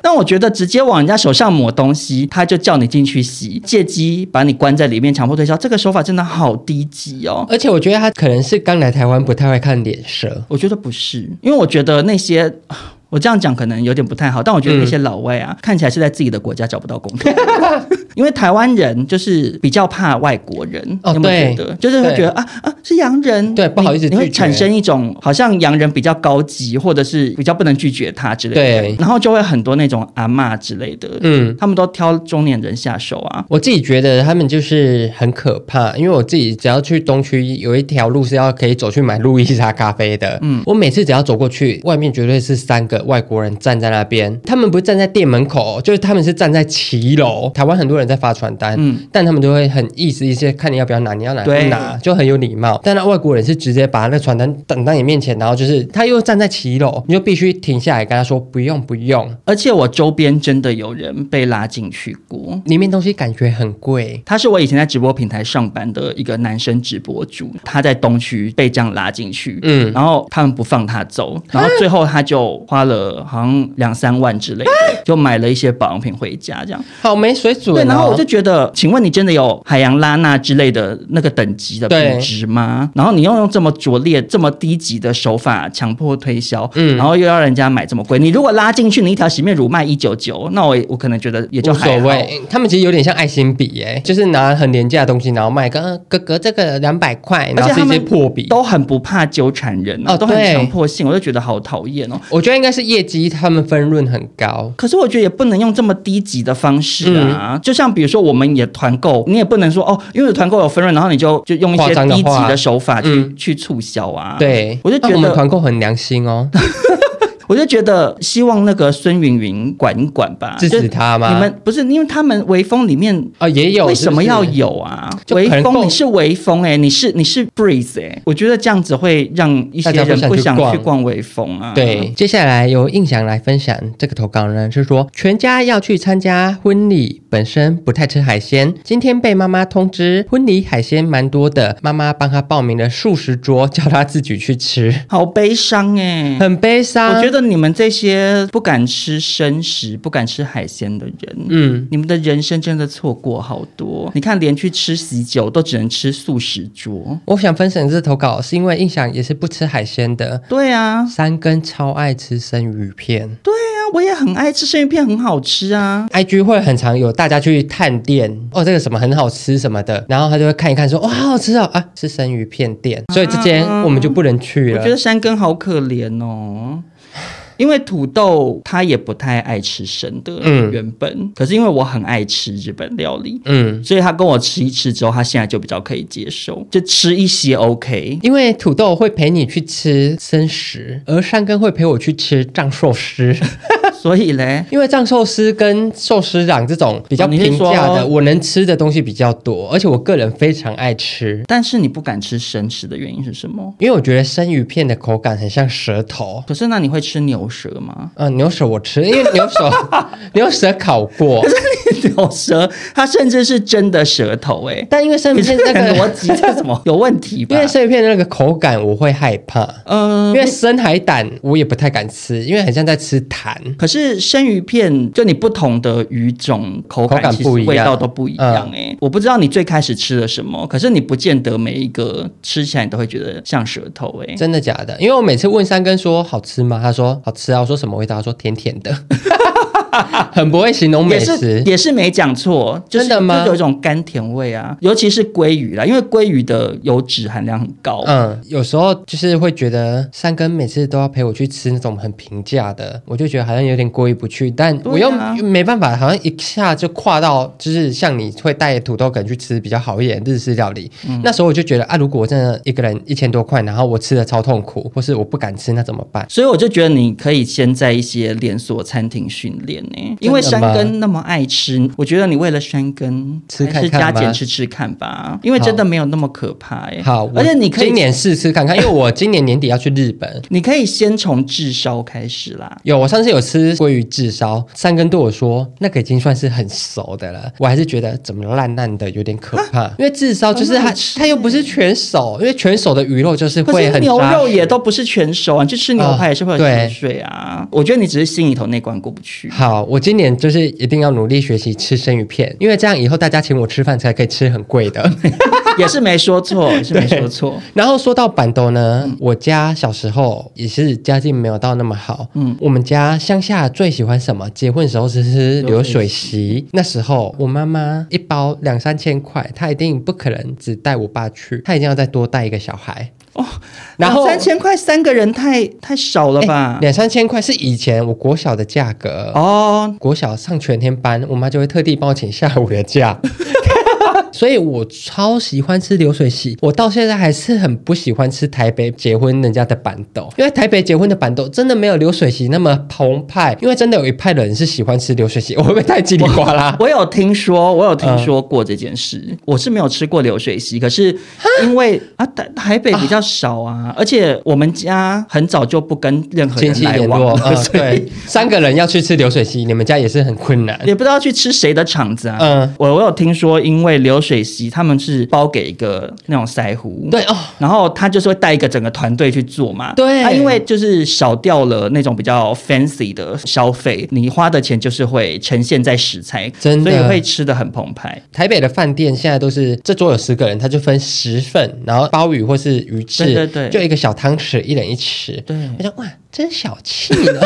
A: 但我觉得直接往人家手上抹东西，他就叫你进去洗，借机把你关在里面强迫推销，这个手法真的好低级哦。
C: 而且我觉得他可能是刚来台湾，不太会看脸色。
A: 我觉得不是，因为我觉得那些。我这样讲可能有点不太好，但我觉得那些老外 啊，看起来是在自己的国家找不到工作， 因为台湾人就是比较怕外国人，
C: 哦
A: 你有没有
C: 对
A: 觉得？就是会觉得啊啊是洋人，
C: 对不好意思
A: 哎你你会
C: 拒绝
A: 产生一种好像洋人比较高级，或者是比较不能拒绝他之类的
C: 对
A: 感觉，然后就会很多那种阿嬷之类的，
C: 嗯，
A: 他们都挑中年人下手啊，
C: 我自己觉得他们就是很可怕，因为我自己只要去东区，有一条路是要可以走去买路易莎咖啡的。嗯，我每次只要走过去，外面绝对是三个外国人站在那边，他们不是站在店门口，就是他们是站在骑楼。台湾很多人在发传单，
A: 嗯
C: 但他们都会很意思意思，看你要不要拿，你要拿不
A: 对
C: 拿，就很有礼貌。但那外国人是直接把那个传单等到你面前，然后就是他又站在骑楼，你就必须停下来跟他说不用不用，
A: 而且我周边真的有人被拉进去过。
C: 里面东西感觉很贵。
A: 他是我以前在直播平台上班的一个男生直播主，他在东区被这样拉进去，
C: 嗯
A: 然后他们不放他走，然后最后他就花了好像两三万之
C: 啊
A: 类的，就买了一些保养品回家这样。
C: 好没水准、哦。
A: 对，然后我就觉得，请问你真的有海洋拉娜之类的那个等级的
C: 对
A: 品质吗？然后你要用这么拙劣、这么低级的手法强迫推销，
C: 嗯
A: 然后又要人家买这么贵，你如果拉进去，你一条洗面乳卖一九九，那我也我可能觉得也就
C: 无
A: 还
C: 所
A: 好。
C: 谓，他们其实有点像爱心笔耶、就是拿很廉价的东西，然后卖个呃哥哥这个两百块，
A: 而
C: 然
A: 且
C: 后是
A: 他
C: 一些
A: 们
C: 破笔。
A: 都很不怕纠缠人、啊，
C: 哦
A: 都很
C: 对
A: 强迫性，我就觉得好讨厌哦。
C: 我觉得应该是业绩他们分润很高，
A: 可是我觉得也不能用这么低级的方式啊，
C: 嗯
A: 就像比如说我们也团购，你也不能说哦，因为团购有分润，然后你就就用一
C: 夸
A: 些
C: 张的
A: 低级
C: 话
A: 的手法去、
C: 嗯
A: 去促销啊。，
C: 对，
A: 我就觉
C: 那我们
A: 得
C: 团购很良 心哦，
A: 我就觉得希望那个孙云云管一管吧，
C: 支
A: 就
C: 持他吗？
A: 你们不是因为他们微风里面
C: 哦也有，
A: 为什么要
C: 是不是？
A: 有啊？
C: 就
A: 微
C: 可能够
A: 风，你是微风哎、你是你是 breeze 哎、我觉得这样子会让一些
C: 大家
A: 人
C: 不
A: 不
C: 想
A: 想去
C: 去逛
A: 逛微风啊。
C: 对，，接下来由印象来分享这个投稿呢，是说全家要去参加婚礼，本身不太吃海鲜，今天被妈妈通知婚礼海鲜蛮多的，妈妈帮他报名了数十桌，叫他自己去吃，
A: 好悲伤哎、
C: 很悲伤。
A: 我觉得你们这些不敢吃生食、不敢吃海鲜的人，
C: 嗯，
A: 你们的人生真的错过好多。你看，连去吃喜酒都只能吃素食桌。
C: 我想分享这投稿，是因为印象也是不吃海鲜的。
A: 对啊，
C: 三根超爱吃生鱼片
A: 对啊，我也很爱吃生鱼片，很好吃啊。
C: ，IG 会很常有大家去探店哦，这个什么很好吃什么的，然后他就会看一看说哇好好吃哦啊，是生鱼片店，所以这间我们就不能去
A: 啊我
C: 了。
A: 觉得山根好可怜哦。因为土豆他也不太爱吃生的，
C: 嗯
A: 原本可是因为我很爱吃日本料理，
C: 嗯，
A: 所以他跟我吃一吃之后，他现在就比较可以接受，就吃一些 OK。
C: 因为土豆会陪你去吃生食，而山根会陪我去吃藏寿司。
A: 所以嘞，
C: 因为藏寿司跟寿司郎这种比较
A: 哦你是
C: 平价的，
A: 说
C: 我能吃的东西比较多，而且我个人非常爱吃。
A: 但是你不敢吃生食的原因是什么？
C: 因为我觉得生鱼片的口感很像舌头。
A: 可是那你会吃牛舌吗？
C: 呃，牛舌我吃，因为牛舌牛舌烤过，
A: 牛舌，它甚至是真的舌头哎、
C: 但因为生鱼
A: 你这
C: 片
A: 个
C: 那
A: 逻
C: 个，
A: 辑这什么有问题吧
C: 因？为生鱼片的那个口感我会害怕，
A: 嗯、
C: 因为生海胆我也不太敢吃，因为很像在吃痰。
A: 可是生鱼片，就你不同的鱼种口
C: 口感
A: 感其实
C: 不一样嗯
A: 味道都不一样哎、我不知道你最开始吃了什么，可是你不见得每一个吃起来你都会觉得像舌头哎、
C: 真的假的？因为我每次问三根说好吃吗？他说好吃啊。我说什么味道？他说甜甜的， 很不会形容美
A: 也是
C: 食。
A: 也是没讲错，就是
C: 真的吗
A: 就有一种甘甜味啊，尤其是鲑鱼啦，因为鲑鱼的油脂含量很高。
C: 嗯，有时候就是会觉得三根每次都要陪我去吃那种很平价的，我就觉得好像有点过意不去，但我又
A: 对啊
C: 没办法，好像一下就跨到就是像你会带土豆梗去吃比较好一点的日式料理，
A: 嗯
C: 那时候我就觉得啊，如果我真的一个人一千多块，然后我吃的超痛苦，或是我不敢吃，那怎么办？
A: 所以我就觉得你可以先在一些连锁餐厅训练呢，因为山根那么爱吃，我觉得你为了山根
C: 吃看
A: 还
C: 看
A: 是
C: 吗
A: 加减吃吃看吧，因为真的没有那么可怕哎。
C: 好，
A: 而且
C: 我
A: 你可以
C: 今年试吃看看，因为我今年年底要去日本，
A: 你可以先从炙烧开始啦。
C: 有，我上次有吃鲑鱼炙烧，三根对我说那个已经算是很熟的了，我还是觉得怎么烂烂的，有点可怕。因为炙烧就是它，它又不是全熟，因为全熟的鱼肉就是
A: 可
C: 会
A: 是
C: 很
A: 牛
C: 扎
A: 肉
C: 实
A: 也都不是全熟啊，你去吃牛
C: 啊
A: 排也是会有
C: 对
A: 血水
C: 哦
A: 啊。我觉得你只是心里头那关过不 去。
C: 好，我今年就是一定要努力学习吃生鱼片，因为这样以后大家请我吃饭才可以吃很贵的。
A: 也是没说错，也是没说错。
C: 然后说到板豆呢，我家小时候也是家境没有到那么好，嗯，我们家乡下最喜欢什么？结婚时候是吃流水席。那时候我妈妈一包两三千块，她一定不可能只带我爸去，她一定要再多带一个小孩。然后
A: 两
C: 哎
A: 三千块三个人太太少了吧？
C: 两三千块是以前我国小的价格。
A: 哦，
C: 国小上全天班，我妈就会特地帮我请下午的假，所以我超喜欢吃流水席，我到现在还是很不喜欢吃台北结婚人家的板豆，因为台北结婚的板豆真的没有流水席那么澎湃，因为真的有一派人是喜欢吃流水席，我 会不会太叽里呱啦？
A: 我有听说，我有听说过这件事。
C: 嗯
A: 我是没有吃过流水席，可是因为啊，台台北比较少啊，而且我们家很早就不跟任何
C: 亲
A: 人
C: 戚
A: 来
C: 联
A: 往
C: 络，
A: 了，
C: 嗯，
A: 所以
C: 对，三个人要去吃流水席，你们家也是很困 难。
A: 也不知道去吃谁的场子啊。
C: 嗯
A: 我我有听说，因为流水席他们是包给一个那种腮胡，
C: 对哦，
A: 然后他就是会带一个整个团队去做嘛。
C: 对
A: 他、因为就是少掉了那种比较 fancy 的消费，你花的钱就是会呈现在食材，
C: 真的
A: 所以会吃的很澎湃。
C: 台北的饭店现在都是这桌有十个人，他就分十份，然后鲍鱼或是鱼翅，
A: 对对对
C: 就一个小汤匙，一人一匙。
A: 对
C: 我想哇，真小气 呢。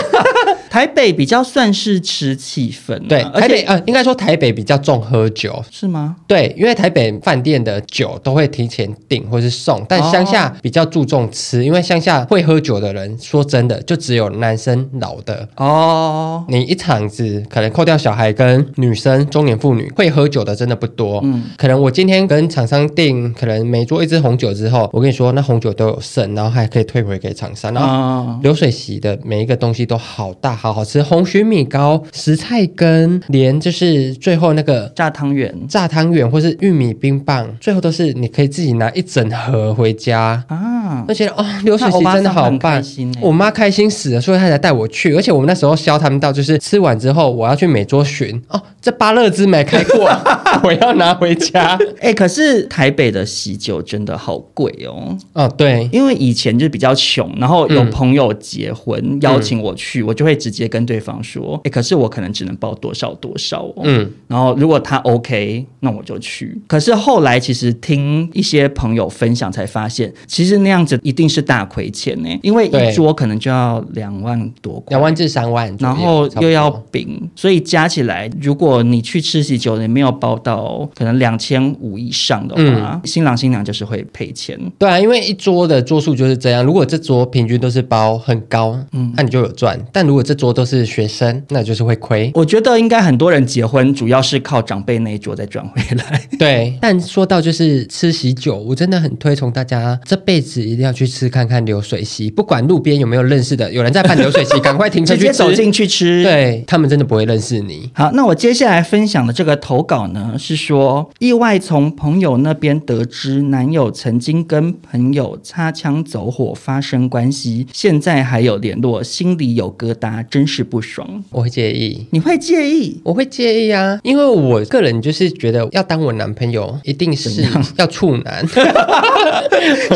A: 台北比较算是吃气氛啊、
C: 对，
A: 而
C: 台北
A: 且
C: 呃，应该说台北比较重喝酒。
A: 是吗？
C: 对，因为台北饭店的酒都会提前订或是送，但乡
A: 哦
C: 下比较注重吃，因为乡下会喝酒的人，说真的就只有男生老的，
A: 哦，
C: 你一场子可能扣掉小孩跟女生、中年妇女会喝酒的真的不多。嗯，可能我今天跟厂商订，可能每桌一支红酒之后，我跟你说那红酒都有剩，然后还可以退回给厂商。然后
A: 啊、
C: 流水席的每一个东西都好大，好好吃，红曲米糕、石菜羹，连就是最后那个。
A: 炸汤圆
C: 炸汤圆或是玉米冰棒，最后都是你可以自己拿一整盒回家。
A: 啊，
C: 而且哦，流水
A: 那欧
C: 席
A: 巴
C: 真的
A: 桑
C: 好
A: 很
C: 办
A: 开心欸，
C: 我妈开心死了，所以她才带我去。而且我们那时候消他们到，就是吃完之后我要去每桌巡哦，这芭乐汁没开过， 我要拿回家。
A: 哎、可是台北的喜酒真的好贵哦，
C: 哦，对，
A: 因为以前就比较穷，然后有
C: 嗯
A: 朋友结婚、邀请我去，我就会直接跟对方说，哎、可是我可能只能报多少多少哦。
C: 嗯，
A: 然后如果他 OK，那我就去。可是后来其实听一些朋友分享才发现，其实那样子一定是大亏钱呢，因为
C: 对
A: 一桌可能就要两万多块
C: 两。万至三万左右，
A: 然后
C: 差不
A: 又
C: 多
A: 要饼，所以加起来，如果你去吃喜酒，你没有包到可能两千五以上的
C: 嗯
A: 话，新郎新娘就是会赔钱。
C: 对啊，因为一桌的桌数就是这样。如果这桌平均都是包很高，嗯，那你就有赚；但如果这桌都是学生，那就是会亏。
A: 我觉得应该很多人结婚主要是靠长辈那一桌再转回 来。
C: 对，但说到就是吃喜酒，我真的很推崇大家这辈子一定要去吃看看流水席，不管路边有没有认识的，有人在办流水席，赶快停车
A: 直
C: 去
A: 接
C: 吃
A: 走进去吃。。
C: 对他们真的不会认识你。
A: 好，那我接下来分享的这个投稿呢，是说意外从朋友那边得知男友曾经跟朋友擦枪走火发生关系，现在还有联络，心里有疙瘩，真是不爽。
C: 我会介意，
A: 你会介 意？
C: 我会介意啊，因为我个人就是觉得要当我男朋友，一定是要处男，。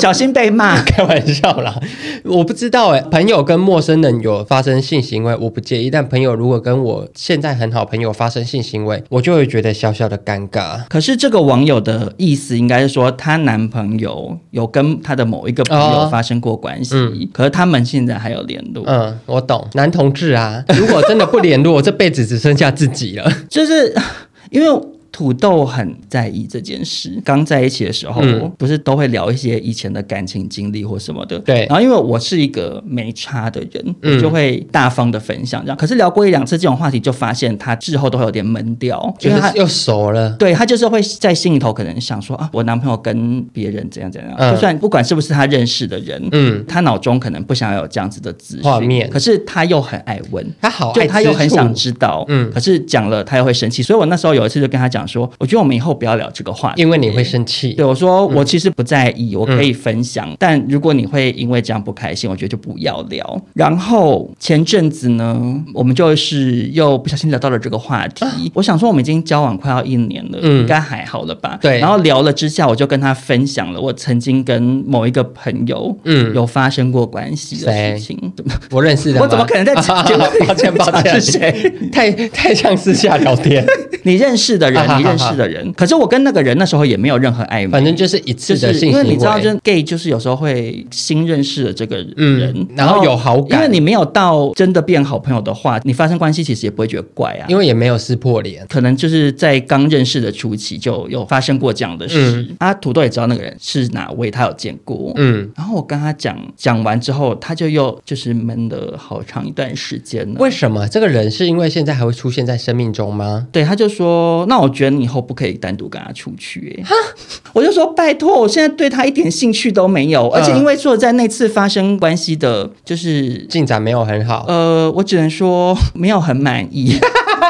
A: 小心被骂
C: 开玩笑啦。我不知道哎、朋友跟陌生人有发生性行为，我不介意，但朋友如果跟我现在很好朋友发生性行为，我就会觉得小小的尴尬。
A: 可是这个网友的意思应该是说，她男朋友有跟她的某一个朋友
C: 哦
A: 发生过关系，
C: 嗯
A: 可是他们现在还有联络。
C: 嗯，我懂，男同志 啊，如果真的不联络，这辈子只剩下自己 了。
A: 就是 因为土豆很在意这件事，刚在一起的时候，
C: 嗯
A: 不是都会聊一些以前的感情经历或什么的。
C: 对
A: 然后因为我是一个没差的人，
C: 嗯
A: 我就会大方的分享这样。可是聊过一两次这种话题，就发现他之后都会有点闷掉，
C: 就
A: 因为他
C: 是又熟了，
A: 对他就是会在心里头可能想说啊，我男朋友跟别人怎样怎样，
C: 嗯
A: 就算不管是不是他认识的人，
C: 嗯
A: 他脑中可能不想要有这样子的资讯
C: 画面
A: 可是他又很爱问。
C: 他好哦爱
A: 就他又
C: 吃
A: 很
C: 醋
A: 想知道，
C: 嗯
A: 可是讲了他又会生气，所以我那时候有一次就跟他讲说，我觉得我们以后不要聊这个话题，
C: 因为你会生气嗯
A: 对。我说我其实不在意，我可以分享，但如果你会因为这样不开心，我觉得就不要聊。然后前阵子呢，我们就是又不小心聊到了这个话题，我想说我们已经交往快要一年了，
C: 啊嗯
A: 应该还好了吧？
C: 对
A: 然后聊了之下，我就跟他分享了我曾经跟某一个朋友，
C: 嗯
A: 有发生过关系的事情。怎么
C: 我认识的吗，
A: 我怎么可能 在节目里
C: 抱歉抱
A: 讲
C: 歉，
A: 是谁？
C: 太太像私下聊 天，
A: 你认识的人
C: 啊哈，哈
A: 你认识的人，可是我跟那个人那时候也没有任何暧昧，
C: 反正就是一次
A: 就
C: 的
A: 嗯是
C: 性
A: 因
C: 行
A: 为
C: 为。
A: 你知道，就是 gay 就是有时候会新认识的这个人，
C: 嗯然后有好感
A: 因为你没有到真的变好朋友的话，你发生关系其实也不会觉得怪啊。
C: 因为也没有撕破脸，
A: 可能就是在刚认识的初期就有发生过这样的事，啊，土豆也知道那个人是哪位，他有见过，
C: 嗯，
A: 然后我跟他讲讲完之后，他就又就是闷了好长一段时间了。
C: 为什么这个人是因为现在还会出现在生命中吗？
A: 对，他就说，那我觉觉得你以后不可以单独跟他出去、欸。 我就说拜托，我现在对他一点兴趣都没有，而
C: 嗯
A: 且因为说在那次发生关系的，就是
C: 进展没有很好，
A: 呃，我只能说没有很满意，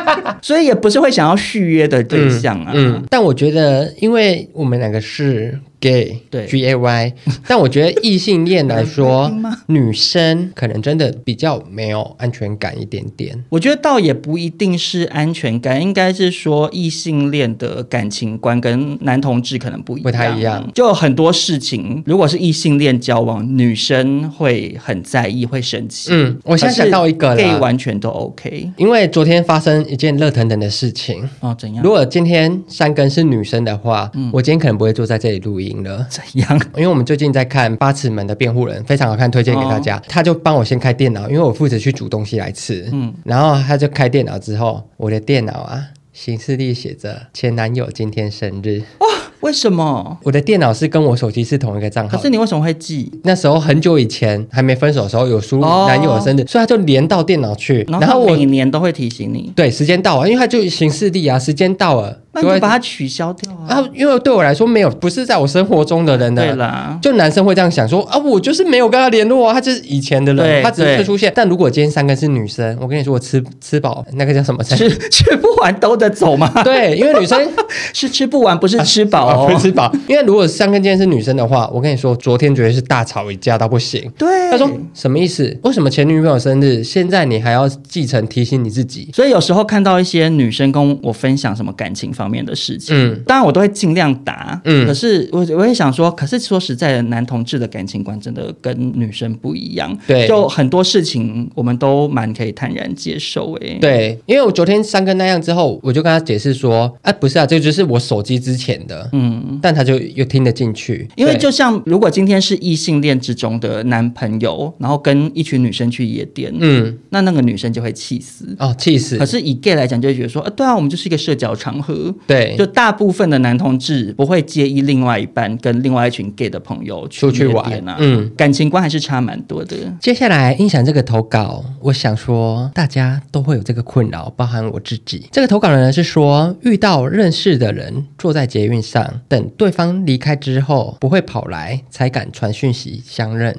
A: 所以也不是会想要续约的对象啊。
C: 嗯，嗯但我觉得，因为我们两个是 gay，
A: 对
C: ，G A Y，但我觉得异性恋来说
A: 难听吗，
C: 女生可能真的比较没有安全感一点点。
A: 我觉得倒也不一定是安全感，应该是说异性恋的感情观跟男同志可能不一样，
C: 不太一样。
A: 就有很多事情，如果是异性恋交往，女生会很在意，会生气。
C: 嗯，我现在想到一个
A: 可是 gay
C: 了，
A: 完全都 OK
C: 因为昨天发生一件热腾腾的事情。
A: 哦，怎样
C: 如？果今天山根是女生的话，
A: 嗯
C: 我今天可能不会坐在这里录音了。
A: 怎样？
C: 因为我们最近在看《八尺门的辩护人》，非常好看，推荐给大
A: 哦
C: 家。他就帮我先开电脑，因为我负责去煮东西来吃。嗯，然后他就开电脑之后，我的电脑啊，行事历写着前男友今天生日。
A: 为什么？
C: 我的电脑是跟我手机是同一个账
A: 可
C: 号
A: 是。你为什么会记？
C: 那时候很久以前还没分手的时候，有输入
A: 哦
C: 男友的生日，所以他就连到电脑去。
A: 然
C: 然后
A: 后他
C: 我
A: 每年都会提醒你，
C: 对时间到了，因为他就行事历啊，时间到了，
A: 那
C: 就
A: 你
C: 会
A: 就把它取消掉啊。
C: 啊，因为对我来说没有不是在我生活中的人呢。
A: 对啦，
C: 就男生会这样想说啊，我就是没有跟他联络啊，他就是以前的人，
A: 对
C: 他只是
A: 对
C: 会出现。但如果今天三个是女生，我跟你说，我吃吃饱那个叫什 么菜？
A: 吃吃不完兜着走嘛。
C: 对，因为女生
A: 是吃不完，不是吃
C: 啊
A: 饱
C: 不是
A: 哦。
C: 吃饱，因为如果三个今天是女生的话，我跟你说，昨天绝对是大吵一架到不行。
A: 对，
C: 他说什么意思？为什么前女朋友生日，现在你还要继承提醒你自己？
A: 所以有时候看到一些女生跟我分享什么感情方面的事情，
C: 嗯
A: 当然我都会尽量答，
C: 嗯
A: 可是我我也想说，可是说实在的，男同志的感情观真的跟女生不一样，
C: 对
A: 就很多事情我们都蛮可以坦然接受、欸，哎，，
C: 对，因为我昨天三个那样之后，我就跟他解释说，哎、不是啊，这就是我手机之前的，
A: 嗯。
C: 但他就又听得进去，
A: 因为
C: 对
A: 就像如果今天是异性恋之中的男朋友，然后跟一群女生去夜店，
C: 嗯
A: 那那个女生就会气死。
C: 哦，气死
A: 可，是以 gay 来讲，就会觉得说，啊，对啊，我们就是一个社交场合，
C: 对，
A: 就大部分的男同志不会介意另外一半跟另外一群 gay 的朋友去
C: 出去
A: 夜
C: 玩
A: 店啊，
C: 嗯
A: 感情观还是差蛮多的。
C: 接下来音响这个投稿，我想说大家都会有这个困扰，包含我自己。这个投稿的人是说，遇到认识的人坐在捷运上，等对方离开之后，不会跑来，才敢传讯息相认。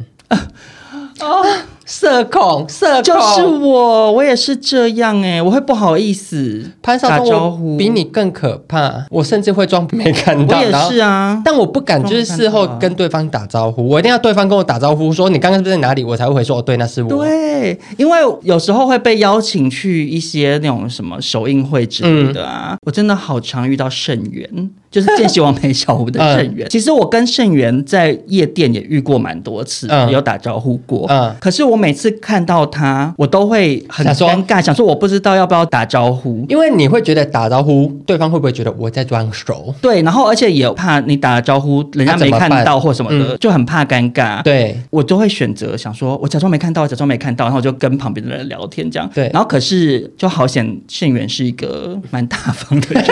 C: 哦，社恐，社恐，
A: 就是我，我也是这样哎、我会不好意思
C: 潘少
A: 打
C: 忠，
A: 招
C: 我
A: 呼，
C: 比你更可怕。我甚至会装没看
A: 我
C: 到，
A: 也
C: 然后
A: 是啊。
C: 但我不敢，就是事后跟对方打招呼，我一定要对方跟我打招呼，说你刚刚是不是在哪里，我才会回说哦，对，那是我。
A: 对，因为有时候会被邀请去一些那种什么首映会之类的啊，
C: 嗯
A: 我真的好常遇到盛元，就是见习王陪小吴 的
C: 嗯
A: 盛元。其实我跟盛元在夜店也遇过蛮多次，
C: 嗯
A: 有打招呼过。
C: 嗯
A: 可是我每次看到他，我都会很
C: 想说
A: 尴尬，想说我不知道要不要打招呼。
C: 因为你会觉得打招呼，对方会不会觉得我在装熟？
A: 对，然后而且也怕你打了招呼，人家
C: 他怎
A: 没
C: 么
A: 看
C: 办嗯
A: 到或什么的，就很怕尴尬。
C: 对，
A: 我都会选择想说，我假装没看到，假装没看到，然后我就跟旁边的人聊天这样。
C: 对
A: 然后可是就好险，盛元是一个蛮大方的人，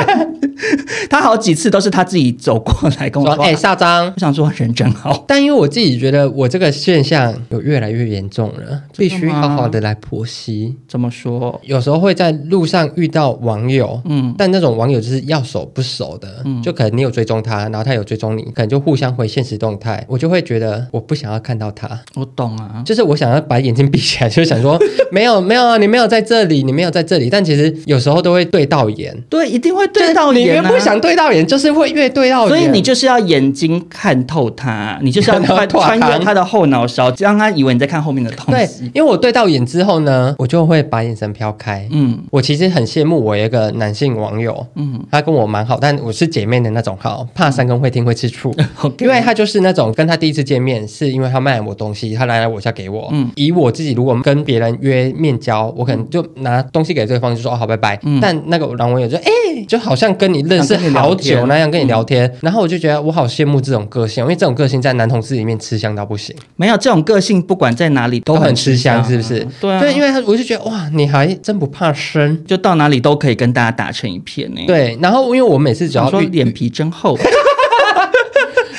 A: 他好几次都是他自己走过来跟我
C: 说
A: 说，
C: 哎、下张。
A: 我想说人真好。
C: 但因为我自己觉得我这个现象有越来越严重了，必须好好的来剖析。
A: 怎么说？
C: 有时候会在路上遇到网友，
A: 嗯，
C: 但那种网友就是要熟不熟的，就可能你有追踪他，然后他有追踪你，可能就互相回现实动态，我就会觉得我不想要看到他，
A: 我懂啊。
C: 就是我想要把眼睛闭起来，就是想说没有没有啊，你没有在这里，你没有在这里，但其实有时候都会对到眼，
A: 对，一定会对到
C: 你越
A: 眼、啊。
C: 不想对到眼，就是会越对到眼。
A: 所以你就是要眼睛看透他，你 就是要
C: 看到
A: 穿
C: 拓
A: 穿
C: 堂
A: 越他的后脑勺，让他以为你在看后面的东
C: 对
A: 西。，
C: 因为我对到眼之后呢，我就会把眼神飘开。
A: 嗯
C: 我其实很羡慕我有一个男性网友，
A: 嗯
C: 他跟我蛮好，但我是姐妹的那种好，怕三更会听会吃醋。
A: 嗯，OK，
C: 因为他就是那种跟他第一次见面，是因为他卖我东西，他来来我家给我。
A: 嗯
C: 以我自己如果跟别人约面交，我可能就拿东西给对方，就说哦好拜拜。
A: 嗯
C: 但那个男网友就哎、就好像跟你认识好久那样跟你聊天，
A: 嗯
C: 然后我就觉得我好羡慕这种个性，因为这种个性在男同事里面吃香到不行，
A: 没有这种个性，不管在哪里都
C: 都很
A: 很
C: 吃香，是不是？
A: 对啊，
C: 对，因为他我就觉得哇，你还真不怕生。
A: 就到哪里都可以跟大家打成一片呢、，
C: 对，然后因为我每次只
A: 想
C: 要
A: 说
C: 遇
A: 脸皮真厚，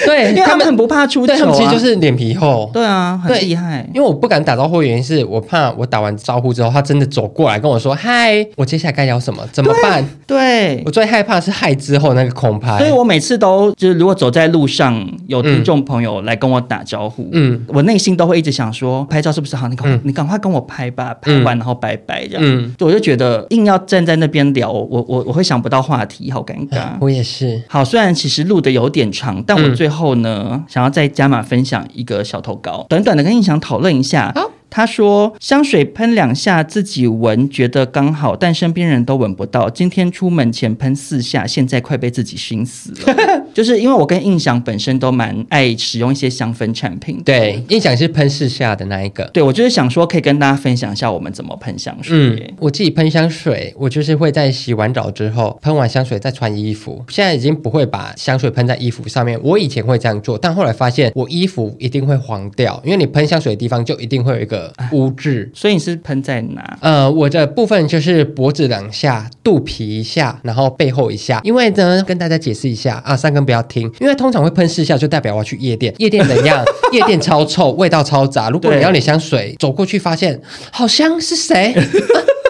C: 对
A: 因为他们很不怕出糗、
C: 对
A: 啊，
C: 他们其实就是脸皮厚。
A: 对啊，很
C: 对
A: 厉害。
C: 因为我不敢打招呼，原因是我怕我打完招呼之后，他真的走过来跟我说：“嗨，我接下来该聊什么？怎么办？”
A: 对
C: 我，最害怕是嗨之后那个空拍。
A: 所以我每次都就是，如果走在路上有听众朋友来跟我打招呼，
C: 嗯
A: 我内心都会一直想说，拍照是不是好？你赶、
C: 嗯
A: 你赶快跟我拍吧，拍完然后拜拜这样。
C: 嗯，
A: 对我就觉得硬要站在那边聊，我我我会想不到话题，好尴 尬。
C: 我也是。
A: 好，虽然其实录的有点长，但我
C: 嗯
A: 最后呢，想要再加码分享一个小投稿，短短的跟印象讨论一下
C: 好。
A: 他说：“香水喷两下，自己闻觉得刚好，但身边人都闻不到。今天出门前喷四下，现在快被自己熏死 了。就是因为我跟印象本身都蛮爱使用一些香氛产品的，
C: 对，印象是喷试下的那一个。
A: 对，我就是想说可以跟大家分享一下我们怎么喷香水。
C: 嗯，我自己喷香水，我就是会在洗完澡之后喷完香水再穿衣服。现在已经不会把香水喷在衣服上面，我以前会这样做，但后来发现我衣服一定会黄掉，因为你喷香水的地方就一定会有一个污渍。
A: 所以你是喷在哪？
C: 呃，我的部分就是脖子两下、肚皮一下，然后背后一下。因为呢，跟大家解释一下啊，三根不要听，因为通常会喷四下，就代表我要去夜店。夜店怎 样？夜店超臭，味道超杂。如果
A: 对
C: 你要你香水，走过去发现好香，是谁？ 啊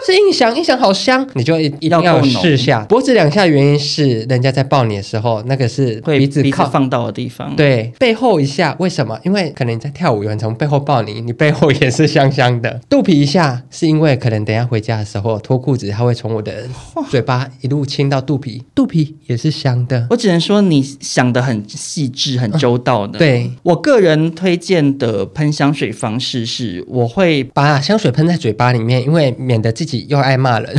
C: 是印象，印象好香，你就一一定
A: 要
C: 要
A: 够浓
C: 试下脖子两下。原因是人家在抱你的时候，那个是
A: 会
C: 鼻子靠
A: 放到的地方。，
C: 对，背后一下，为什么？因为可能你在跳舞，有人从背后抱你，你背后也是香香的。 肚皮一下，是因为可能等一下回家的时候脱裤子，它会从我的嘴巴一路亲到肚皮，肚皮也是香的。
A: 我只能说你想的很细致、很周到的。
C: 对
A: 我个人推荐的喷香水方式是，我会
C: 把香水喷在嘴巴里面，因为免得自己又爱 骂人。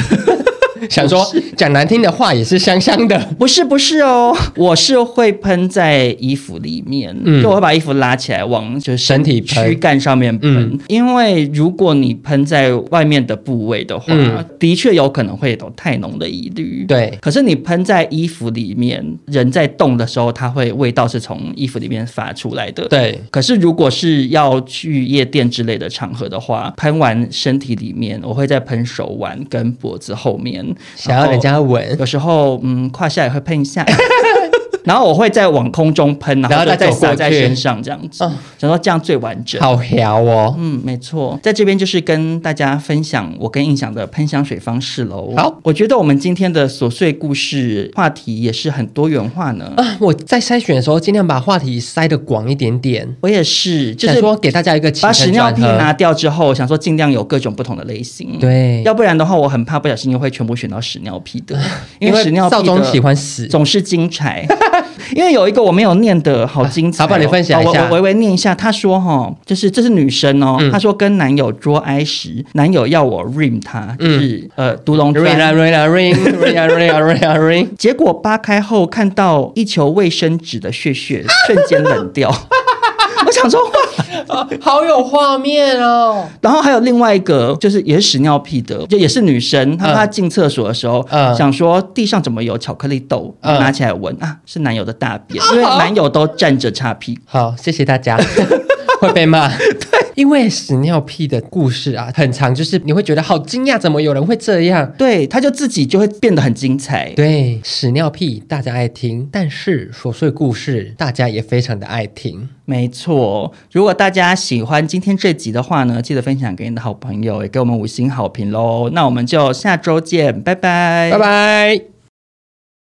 C: 想说讲难听的话也是香香的，
A: 不是不是 哦，我是会喷在衣服里面，
C: 嗯
A: 就我会把衣服拉起来往就是
C: 身体喷
A: 躯干上面喷，
C: 嗯
A: 因为如果你喷在外面的部位的话，
C: 嗯
A: 的确有可能会有太浓的疑虑。。
C: 对，
A: 可是你喷在衣服里面，人在动的时候，它会味道是从衣服里面发出来的。
C: 对
A: 可是如果是要去夜店之类的场合的话，喷完身体里面，我会再喷手腕跟脖子后面，
C: 想要人
A: 然
C: 家
A: 后
C: 闻，
A: 有时候嗯胯下也会喷一 下。然后我会再往空中喷，然
C: 然后
A: 后
C: 再
A: 再
C: 走过
A: 撒在
C: 去
A: 身上，这样子
C: 哦，
A: 想说这样最完整。
C: 好调哦。
A: 嗯，没错，在这边就是跟大家分享我跟印象的喷香水方式喽。
C: 好，
A: 我觉得我们今天的琐碎故事话题也是很多元化呢。
C: 啊，我在筛选的时候尽量把话题塞得广一点点，
A: 我也是，就
C: 想
A: 是
C: 说给大家一个起
A: 把
C: 承
A: 屎尿
C: 转
A: 屁
C: 合。
A: 拿掉之后，想说尽量有各种不同的类型。。
C: 对，
A: 要不然的话，我很怕不小心又会全部选到屎尿屁 的，
C: 因为
A: 屎尿
C: 少
A: 屁
C: 中喜
A: 的
C: 欢死。
A: 总是精彩。 因为有一个我没有念的好精彩、哦，
C: 好吧你分享一下嗯
A: 哦我我微微念一下。她说哈、哦，就是这是女生哦，她说跟男友捉哀时，男友要我 rim
C: 嗯
A: 她，就是、呃独龙
C: 瑞啦
A: 砖。
C: 瑞啦瑞 瑞啦瑞啦瑞啦瑞，
A: 结果扒开后看到一球卫生纸的血血，瞬间冷掉。 我想说，哇
C: 哦好有画面哦！
A: 然后还有另外一个，就是也是屎尿屁的，就也是女生，她
C: 嗯
A: 她进厕所的时候，
C: 嗯
A: 想说地上怎么有巧克力豆，
C: 嗯啊
A: 拿起来闻啊，是男友的大便，因为男友都站着擦屁股。
C: 好，谢谢大家， 会被骂。对，因为屎尿屁的故事啊，很长，就是你会觉得好惊讶，怎么有人会这样？
A: 对，他就自己就会变得很精彩。
C: 对，屎尿屁大家爱听，但是琐碎故事大家也非常的爱听。
A: 没错，如果大家喜欢今天这集的话呢，记得分享给你的好朋友，也给我们五星好评喽。那我们就下周见，拜拜，
C: 拜。拜。